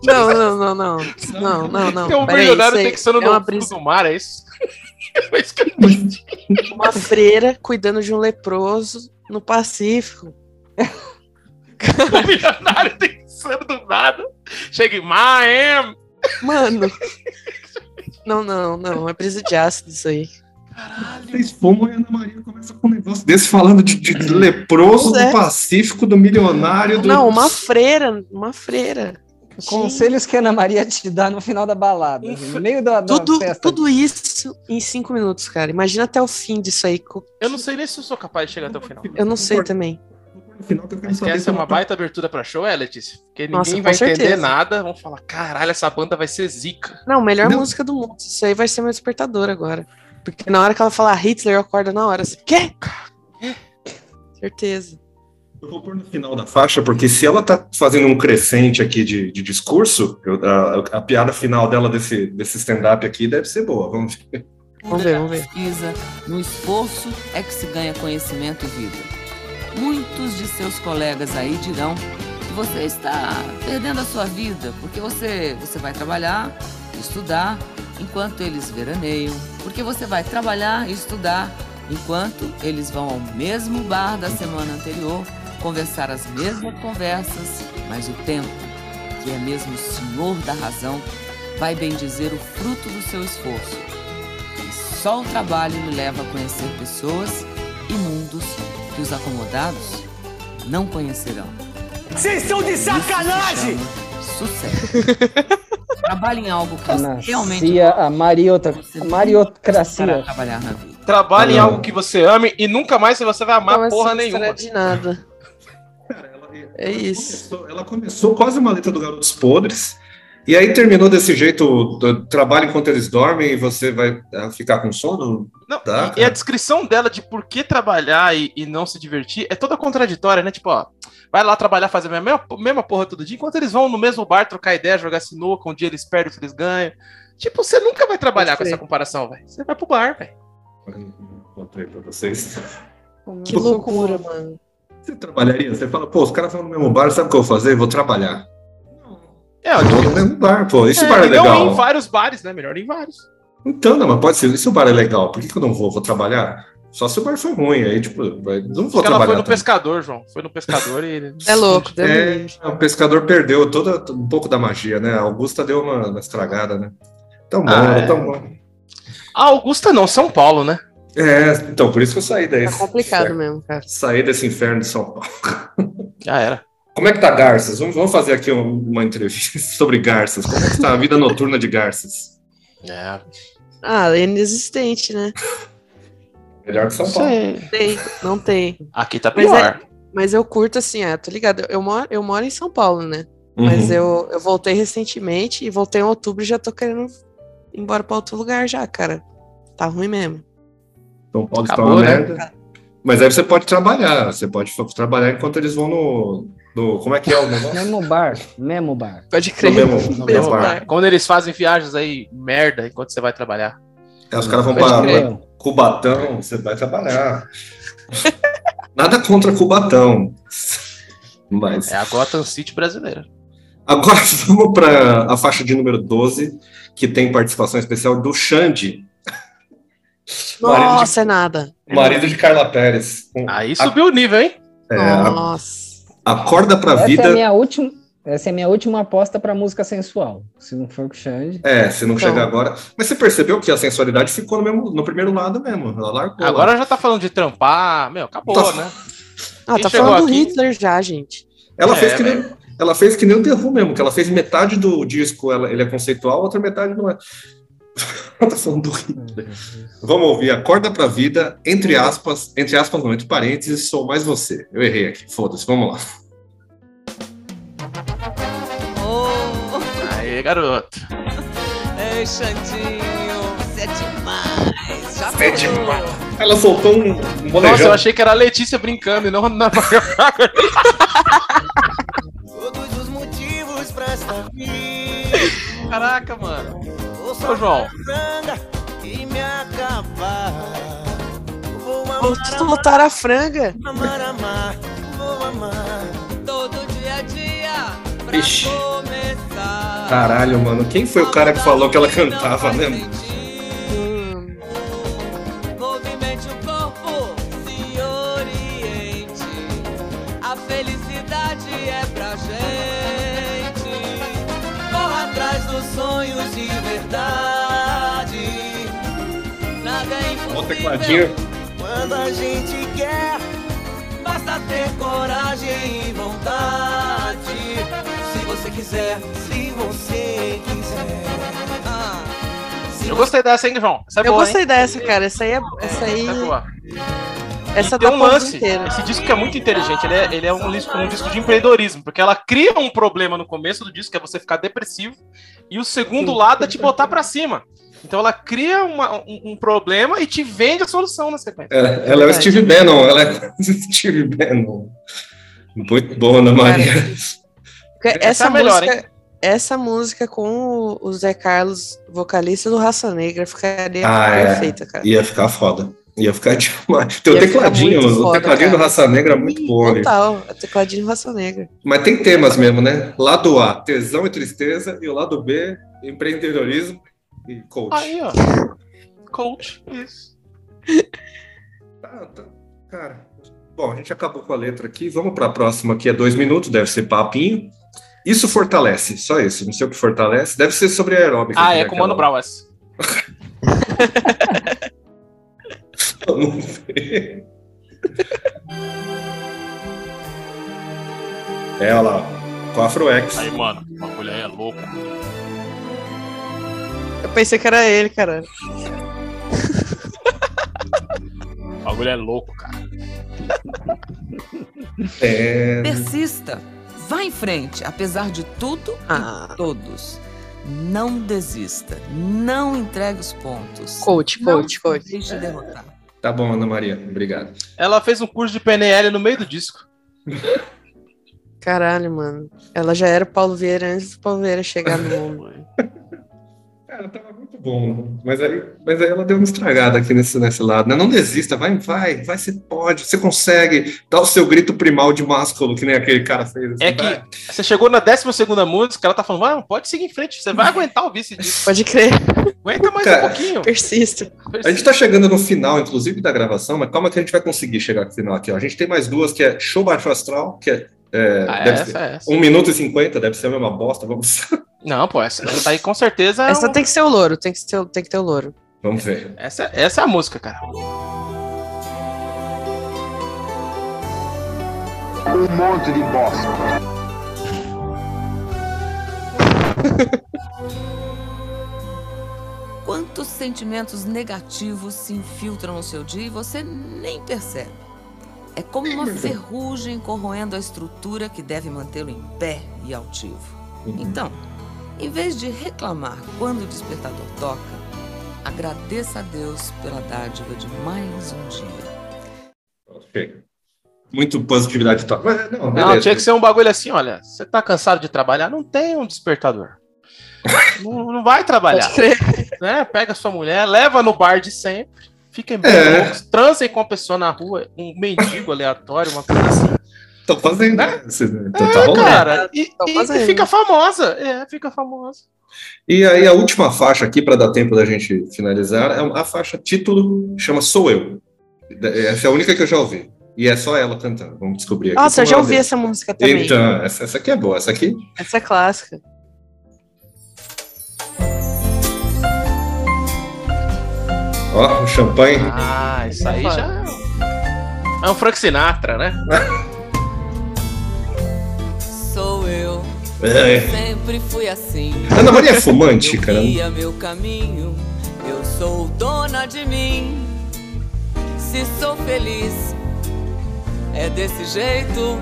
Não, não, não, não. Não, não, não. Tem um Peraí, milionário isso aí texano é uma no fundo brisa. do mar, é isso? Foi isso que eu entendi. Uma freira cuidando de um leproso no Pacífico. Um milionário texano do nada. Chega em Miami. Mano. Não, não, não. É brisa de ácido isso aí. vocês fumam e a Ana Maria começa com um negócio desse falando de, de- de leproso, Pois é. do pacífico, do milionário, do... Não, uma freira. Uma freira. Conselhos que a Ana Maria te dá no final da balada. No meio tá da, da Tudo, festa. tudo isso em cinco minutos, cara. Imagina até o fim disso aí. co- Eu não sei nem se eu sou capaz de chegar até o final. Eu não sei também. No final que eu quero Mas que saber se essa é ela uma tá- baita abertura pra show, é, Letícia? Porque ninguém Nossa, com vai entender certeza. nada. Vão falar, caralho, essa banda vai ser zica. Não, melhor Não. música do mundo. Isso aí vai ser meu despertador agora. Porque na hora que ela falar Hitler, eu acordo na hora. Assim, Quê? Certeza. Eu vou pôr no final da faixa, porque se ela tá fazendo um crescente aqui de, de discurso, eu- a, a piada final dela desse, desse stand-up aqui deve ser boa. Vamos ver. Vamos ver, vamos ver. pesquisa, no esforço é que se ganha conhecimento e vida. Muitos de seus colegas aí dirão que você está perdendo a sua vida, porque você, você vai trabalhar, estudar, enquanto eles veraneiam, porque você vai trabalhar e estudar, enquanto eles vão ao mesmo bar da semana anterior, conversar as mesmas conversas, mas o tempo, que é mesmo o senhor da razão, vai bendizer o fruto do seu esforço. E Só o trabalho me leva a conhecer pessoas e mundos que os acomodados não conhecerão. Vocês estão de sacanagem! Isso se chama Sucesso. Trabalhe em algo que você realmente Nascia a Mariota, você a nunca para Mariotcracia. trabalhar na vida. Trabalhe em Não. algo que você ame e nunca mais você vai amar Não é vai se porra misturar nenhuma. Então, assim, de nada. Cara, ela, É isso. Começou, ela começou quase uma letra do Garotos Podres, e aí terminou desse jeito: do- trabalha enquanto eles dormem e você vai ah, ficar com sono? Não, Tá, e- e, cara. a descrição dela de por que trabalhar e, e não se divertir é toda contraditória, né? Tipo, ó, vai lá trabalhar, fazer a mesma, mesma porra todo dia, enquanto eles vão no mesmo bar trocar ideia, jogar sinuca, um dia eles perdem, outro eles ganham. Tipo, você nunca vai trabalhar com Gostei. é- essa comparação, velho. Você vai pro bar, velho. Encontrei pra vocês. Que loucura, mano. Você trabalharia? Você fala, pô, os caras vão no mesmo bar, sabe o que eu vou fazer? Vou trabalhar. É, ó, Eu vou no mesmo bar, pô. Esse bar é então legal. em vários bares, né? Melhor em vários. Então, não, mas pode ser. E se o bar é legal? Por que, que eu não vou? Vou trabalhar? Só se o bar foi ruim, aí, tipo, vai- não vou Porque ela trabalhar. foi no também. pescador, João. Foi no pescador e. É louco, deu É, o pescador perdeu toda, um pouco da magia, né? A Augusta deu uma, uma estragada, né? Tão bom, Ah, era é. tão bom. A Ah, Augusta não, São Paulo, né? É, então, por isso que eu saí daí. Tá complicado mesmo, cara. Saí desse inferno de São Paulo. Já era. Como é que tá Garças? Vamos, vamos fazer aqui um- uma entrevista sobre Garças. Como é que tá a vida noturna de Garças? É. Ah, é inexistente, né? Melhor que São Isso Paulo. aí. Tem, não tem. Aqui tá Mas é- pior. Mas eu curto assim, ah, tô ligado. Eu moro, eu moro em São Paulo, né? Mas Uhum. eu, eu voltei recentemente e voltei em outubro e já tô querendo ir embora pra outro lugar já, cara. Tá ruim mesmo. São Paulo está Acabou, uma né? merda. Mas aí você pode trabalhar. Você pode fa- trabalhar enquanto eles vão no. no- como é que é o negócio? Memo bar, memo bar. Pode No crer. mesmo, no mesmo né? Mesmo bar. bar. Quando eles fazem viagens aí, merda, enquanto você vai trabalhar. É, os caras vão Pode pra, crer. pra Cubatão, você vai trabalhar. Nada contra Cubatão. Mas. É a Gotham City brasileira. Agora vamos para a faixa de número 12, que tem participação especial do Xande, Nossa, é nada. marido de Carla Pérez. Um- Aí subiu o nível, hein? É, a- Nossa. acorda pra Essa é, a vida. minha última, essa é a minha última aposta pra música sensual. Se não for com o Xande. É, se não Então. chegar agora. Mas você percebeu que a sensualidade ficou no, mesmo- no primeiro lado mesmo. Ela largou. Agora já tá falando de trampar. Meu, acabou, Tá. né? Ah, Quem tá chegou falando do aqui? Hitler já, gente. Ela, fez É, que nem, ela fez que nem o The Who mesmo, que ela fez metade do disco, ela, ele é conceitual, a outra metade não é. ela tá falando do Hitler. Vamos ouvir Acorda pra Vida, entre aspas, entre aspas não, entre parênteses, sou mais você. Eu errei aqui, foda-se, vamos lá. Oh, Aí, garoto. ei, Xandinho, você é demais. Já Você é falou. demais. Ela soltou um, um molejão. Nossa, eu achei que era a Letícia brincando e não na Todos os motivos pra estar vivo. Caraca, mano. Vou Ô, João. franga e me acabar. Vou Vou soltar a franga. amar, amar, vou amar. Todo dia a dia pra Ixi. começar. Caralho, mano, quem foi o cara que falou que ela cantava, né? mano? Hum, Movimente o corpo, se oriente. A felicidade é pra gente. Corra atrás dos sonhos de verdade. Nada é Ó o impossível, tecladinho. Quando a gente quer, basta ter coragem e vontade. Se você quiser, se você quiser. ah, se Eu gostei dessa, hein, João? Essa é Eu boa, gostei dessa, cara. Essa aí, é, essa aí, Hein? Essa é boa. essa tá tem dá um ponto lance. inteiro. Esse disco que é muito inteligente. Ele é, ele é um, disco, um disco de empreendedorismo, porque ela cria um problema no começo do disco, que é você ficar depressivo, e o segundo lado é te botar pra cima. Então ela cria uma- um, um problema e te vende a solução na sequência. Ela, ela é o Steve Bannon, ela é o Steve Bannon. Muito boa, Ana Maria. Porque Essa é essa a melhor, música, essa música com o- o Zé Carlos, vocalista do Raça Negra, ficaria Ah, é. perfeita, cara. Ia ficar foda. Ia ficar demais. Tem o Ia ficar tecladinho, muito o foda, tecladinho do cara. Raça Negra é muito bom. né? Total, é tecladinho Raça Negra. Mas tem temas mesmo, né? Lado A, tesão e tristeza, e o lado B, empreendedorismo e coach. Aí, ó. Coach. Isso. Tá, tá. Cara, bom, a gente acabou com a letra aqui. Vamos para a próxima, que é dois minutos, deve ser papinho. Isso fortalece, só isso. Não sei o que fortalece. Deve ser sobre aeróbica. Ah, que é nem com o Mano aquela- Brown essa. Não sei. É, olha lá. Com a Afroex. mano, o bagulho aí é louco. Eu pensei que era ele, cara. O bagulho é louco, cara. Uhum. É, Persista. Vá em frente, apesar de tudo Ah, e todos. Não desista. Não entregue os pontos. coach, Não coach, coach. se deixe derrotar. tá bom, Ana Maria. Obrigado. Ela fez um curso de PNL no meio do disco. Caralho, mano. Ela já era o Paulo Vieira antes do Paulo Vieira chegar no mundo. Cara, É, tava muito bom. Mas aí, mas aí ela deu uma estragada aqui nesse, nesse lado. Né? Não desista, vai, vai, vai, você pode, você consegue. Dá o seu grito primal de másculo, que nem aquele cara fez. É assim, que vai. você chegou na 12 segunda música, ela tá falando, "Vai, pode seguir em frente, você vai aguentar o vice disso. Pode crer, Aguenta mais Cara. um pouquinho. assim. persista. A gente tá chegando no final, inclusive, da gravação, mas calma que a gente vai conseguir chegar no final aqui. Ó. A gente tem mais duas, que é Show Baixo Astral, que é. é, Ah, deve essa, ser, essa. 1 minuto e 50, deve ser a mesma bosta. Vamos, Não, pô, essa, essa aí com certeza é Essa um- tem que ser o louro, tem que, ser, tem que ter o louro. vamos ver. essa, essa é a música, cara. Quantos sentimentos negativos se infiltram no seu dia e você nem percebe? É como uma ferrugem corroendo a estrutura que deve mantê-lo em pé e altivo. Então, em vez de reclamar quando o despertador toca, agradeça a Deus pela dádiva de mais um dia. Chega. Muito positividade e tal. Mas, não, beleza. Não, tinha que ser um bagulho assim, olha, você tá cansado de trabalhar, não tem um despertador. não, não vai trabalhar, Pode crer. né? Pega sua mulher, leva no bar de sempre, fiquem bem É. loucos, transem com uma pessoa na rua, um mendigo aleatório, uma coisa assim. Tô fazendo, né? Cê- tá- tá rolando. Ah, Cara, e, Tá e- fazendo. e fica famosa. É, fica famosa. E aí a última faixa aqui, para dar tempo da gente finalizar, é a faixa título, chama Sou Eu. Essa é a única que eu já ouvi. E é só ela cantando. Vamos descobrir aqui. Nossa, eu como já ela ouvi veio. essa música também. Então, essa, essa aqui é boa. Essa aqui. Essa é clássica. Ó, o champanhe. Ah, isso aí Foda. já. É um Frank Sinatra, né? Sou eu, É. sempre fui assim. Ana Maria é fumante, cara. Eu guia meu caminho, eu sou dona de mim. Se sou feliz, é desse jeito.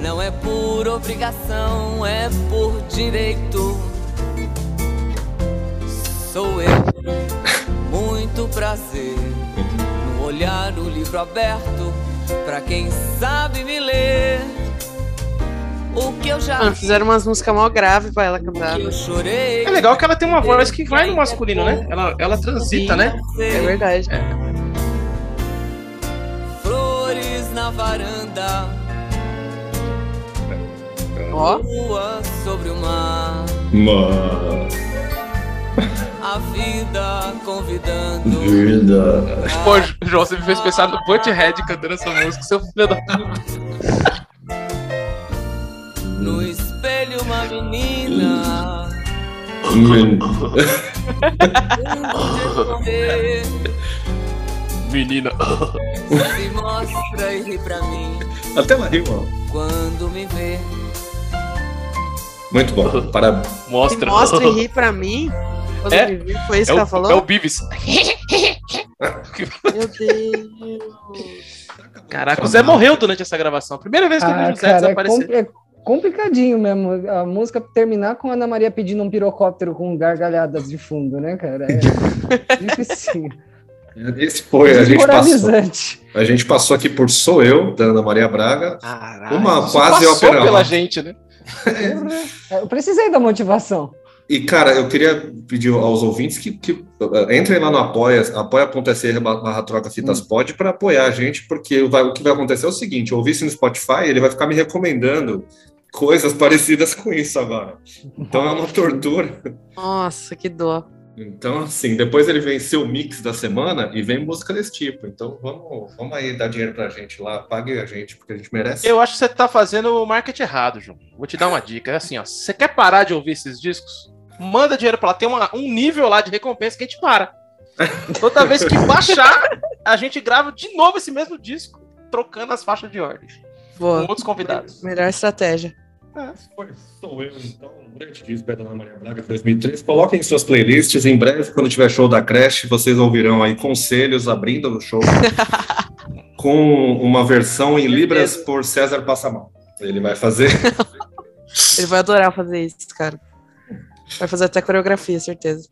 Não é por obrigação, é por direito. Sou eu, muito prazer. No olhar o livro aberto, pra quem sabe me ler. O que eu já Mano, Ah, fizeram umas músicas mó grave pra ela cantar. que eu chorei. Ah, É legal que ela tem uma voz que vai no masculino, né? Ela, ela transita, né? É verdade. Flores na varanda, Ó, rua sobre o mar, Mano, a vida convidando. vida. Pô, João, você me fez pensar no Butthead cantando essa música, seu filho da. No espelho, uma menina. tentando ver, Menina. Se mostra e ri pra mim Até ela riu, ó. quando me vê. Muito bom. Parabéns. se Mostra. mostra e ri pra mim. Quando É? me viu, Foi É o, isso que ela é o falou? Beavis. Meu Deus. Caraca, o Zé morreu durante essa gravação. Primeira vez que eu vi Ah, o Zé cara, é, desaparecer. compli- é complicadinho mesmo. A música terminar com Ana Maria pedindo um pirocóptero com gargalhadas de fundo, né, cara? É difícil. Esse foi, a gente passou. Desmoralizante. A gente passou aqui por Sou Eu, da Ana Maria Braga. Caralho, Uma isso quase passou ópera pela rock. gente, né? Eu precisei da motivação. E, cara, eu queria pedir aos ouvintes que, que, uh, entrem lá no apoia, apoia.se barra troca fitas pode para apoiar a gente, porque vai- o que vai acontecer é o seguinte, eu ouvi isso no Spotify, ele vai ficar me recomendando coisas parecidas com isso agora. Então é uma tortura. Nossa, que dó. Então, assim, depois ele vem seu mix da semana e vem música desse tipo. Então vamos, vamos aí dar dinheiro pra gente lá, pague a gente, porque a gente merece. Eu acho que você tá fazendo o marketing errado, João. Vou te dar uma dica. É assim, ó. Se você quer parar de ouvir esses discos, manda dinheiro pra lá. Tem uma- um nível lá de recompensa que a gente para. Toda vez que baixar, a gente grava de novo esse mesmo disco, trocando as faixas de ordem. Com Boa. outros convidados. Melhor estratégia. Foi, Sou eu, então, um grande disco da Ana Maria Braga 2003. Coloquem em suas playlists. Em breve, quando tiver show da creche, vocês ouvirão aí conselhos abrindo o show com uma versão em Libras por César Passamal. Ele vai fazer. Ele vai adorar fazer isso, cara. Vai fazer até coreografia, certeza.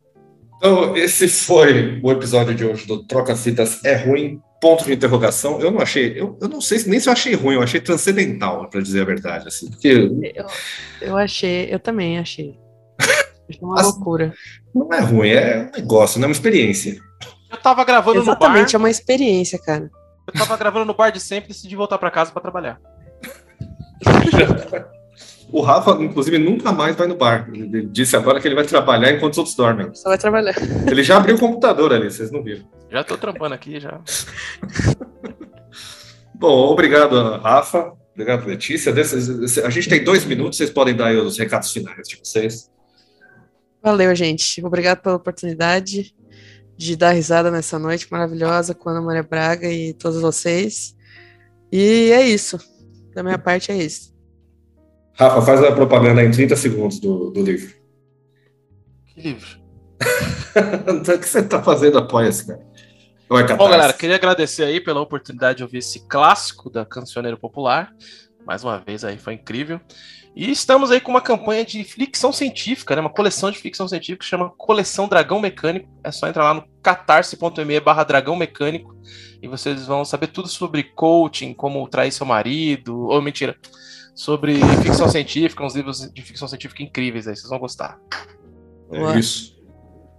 Então, esse foi o episódio de hoje do Troca Fitas é ruim. Ponto de interrogação. Eu não achei, eu, eu não sei se- nem se eu achei ruim, eu achei transcendental, para dizer a verdade. Assim, porque Eu, eu achei, eu também achei. Isso é uma As- loucura. Não é ruim, é um negócio, não é uma experiência. Eu tava gravando Exatamente, é no bar. uma experiência, cara. Eu tava gravando no bar de sempre e decidi voltar pra casa pra trabalhar. O Rafa, inclusive, nunca mais vai no bar. Ele disse agora que ele vai trabalhar enquanto os outros dormem. Só vai trabalhar. Ele já abriu o computador ali, vocês não viram. Já tô trampando aqui, já. Bom, obrigado, Ana Rafa. Obrigado, Letícia. Desses- desse- A gente tem dois minutos, vocês podem dar aí os recados finais de vocês. Valeu, gente. Obrigado pela oportunidade de dar risada nessa noite maravilhosa com a Ana Maria Braga e todos vocês. E é isso. Da minha parte é isso. Rafa, faz a propaganda em 30 segundos do, do livro. Que livro. o que você está fazendo? Apoia-se, cara. Ou é Bom, catarse? galera, queria agradecer aí pela oportunidade de ouvir esse clássico da Cancioneiro Popular. Mais uma vez aí, foi incrível. E estamos aí com uma campanha de ficção científica, né? Uma coleção de ficção científica que chama Coleção Dragão Mecânico. É só entrar lá no catarse.me barra dragão mecânico e vocês vão saber tudo sobre coaching, como trair seu marido, ou mentira, sobre ficção científica, uns livros de ficção científica incríveis aí, vocês vão gostar. É isso.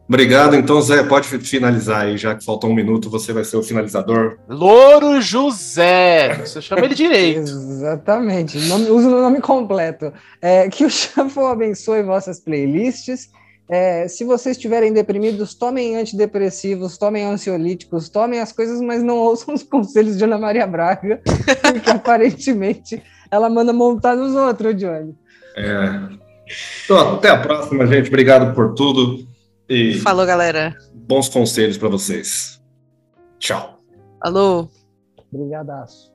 Obrigado. Então, Zé, pode fi- finalizar aí, já que falta um minuto, você vai ser o finalizador. Louro José! Você chama ele direito. Exatamente. Nome, uso o nome completo. É, que o Xafô abençoe vossas playlists. É, se vocês estiverem deprimidos, tomem antidepressivos, tomem ansiolíticos, tomem as coisas, mas não ouçam os conselhos de Ana Maria Braga, porque aparentemente ela manda montar nos outros, Johnny. É. Então, até a próxima, gente. Obrigado por tudo e Falou, galera. bons conselhos para vocês. Tchau. Alô. Obrigadaço.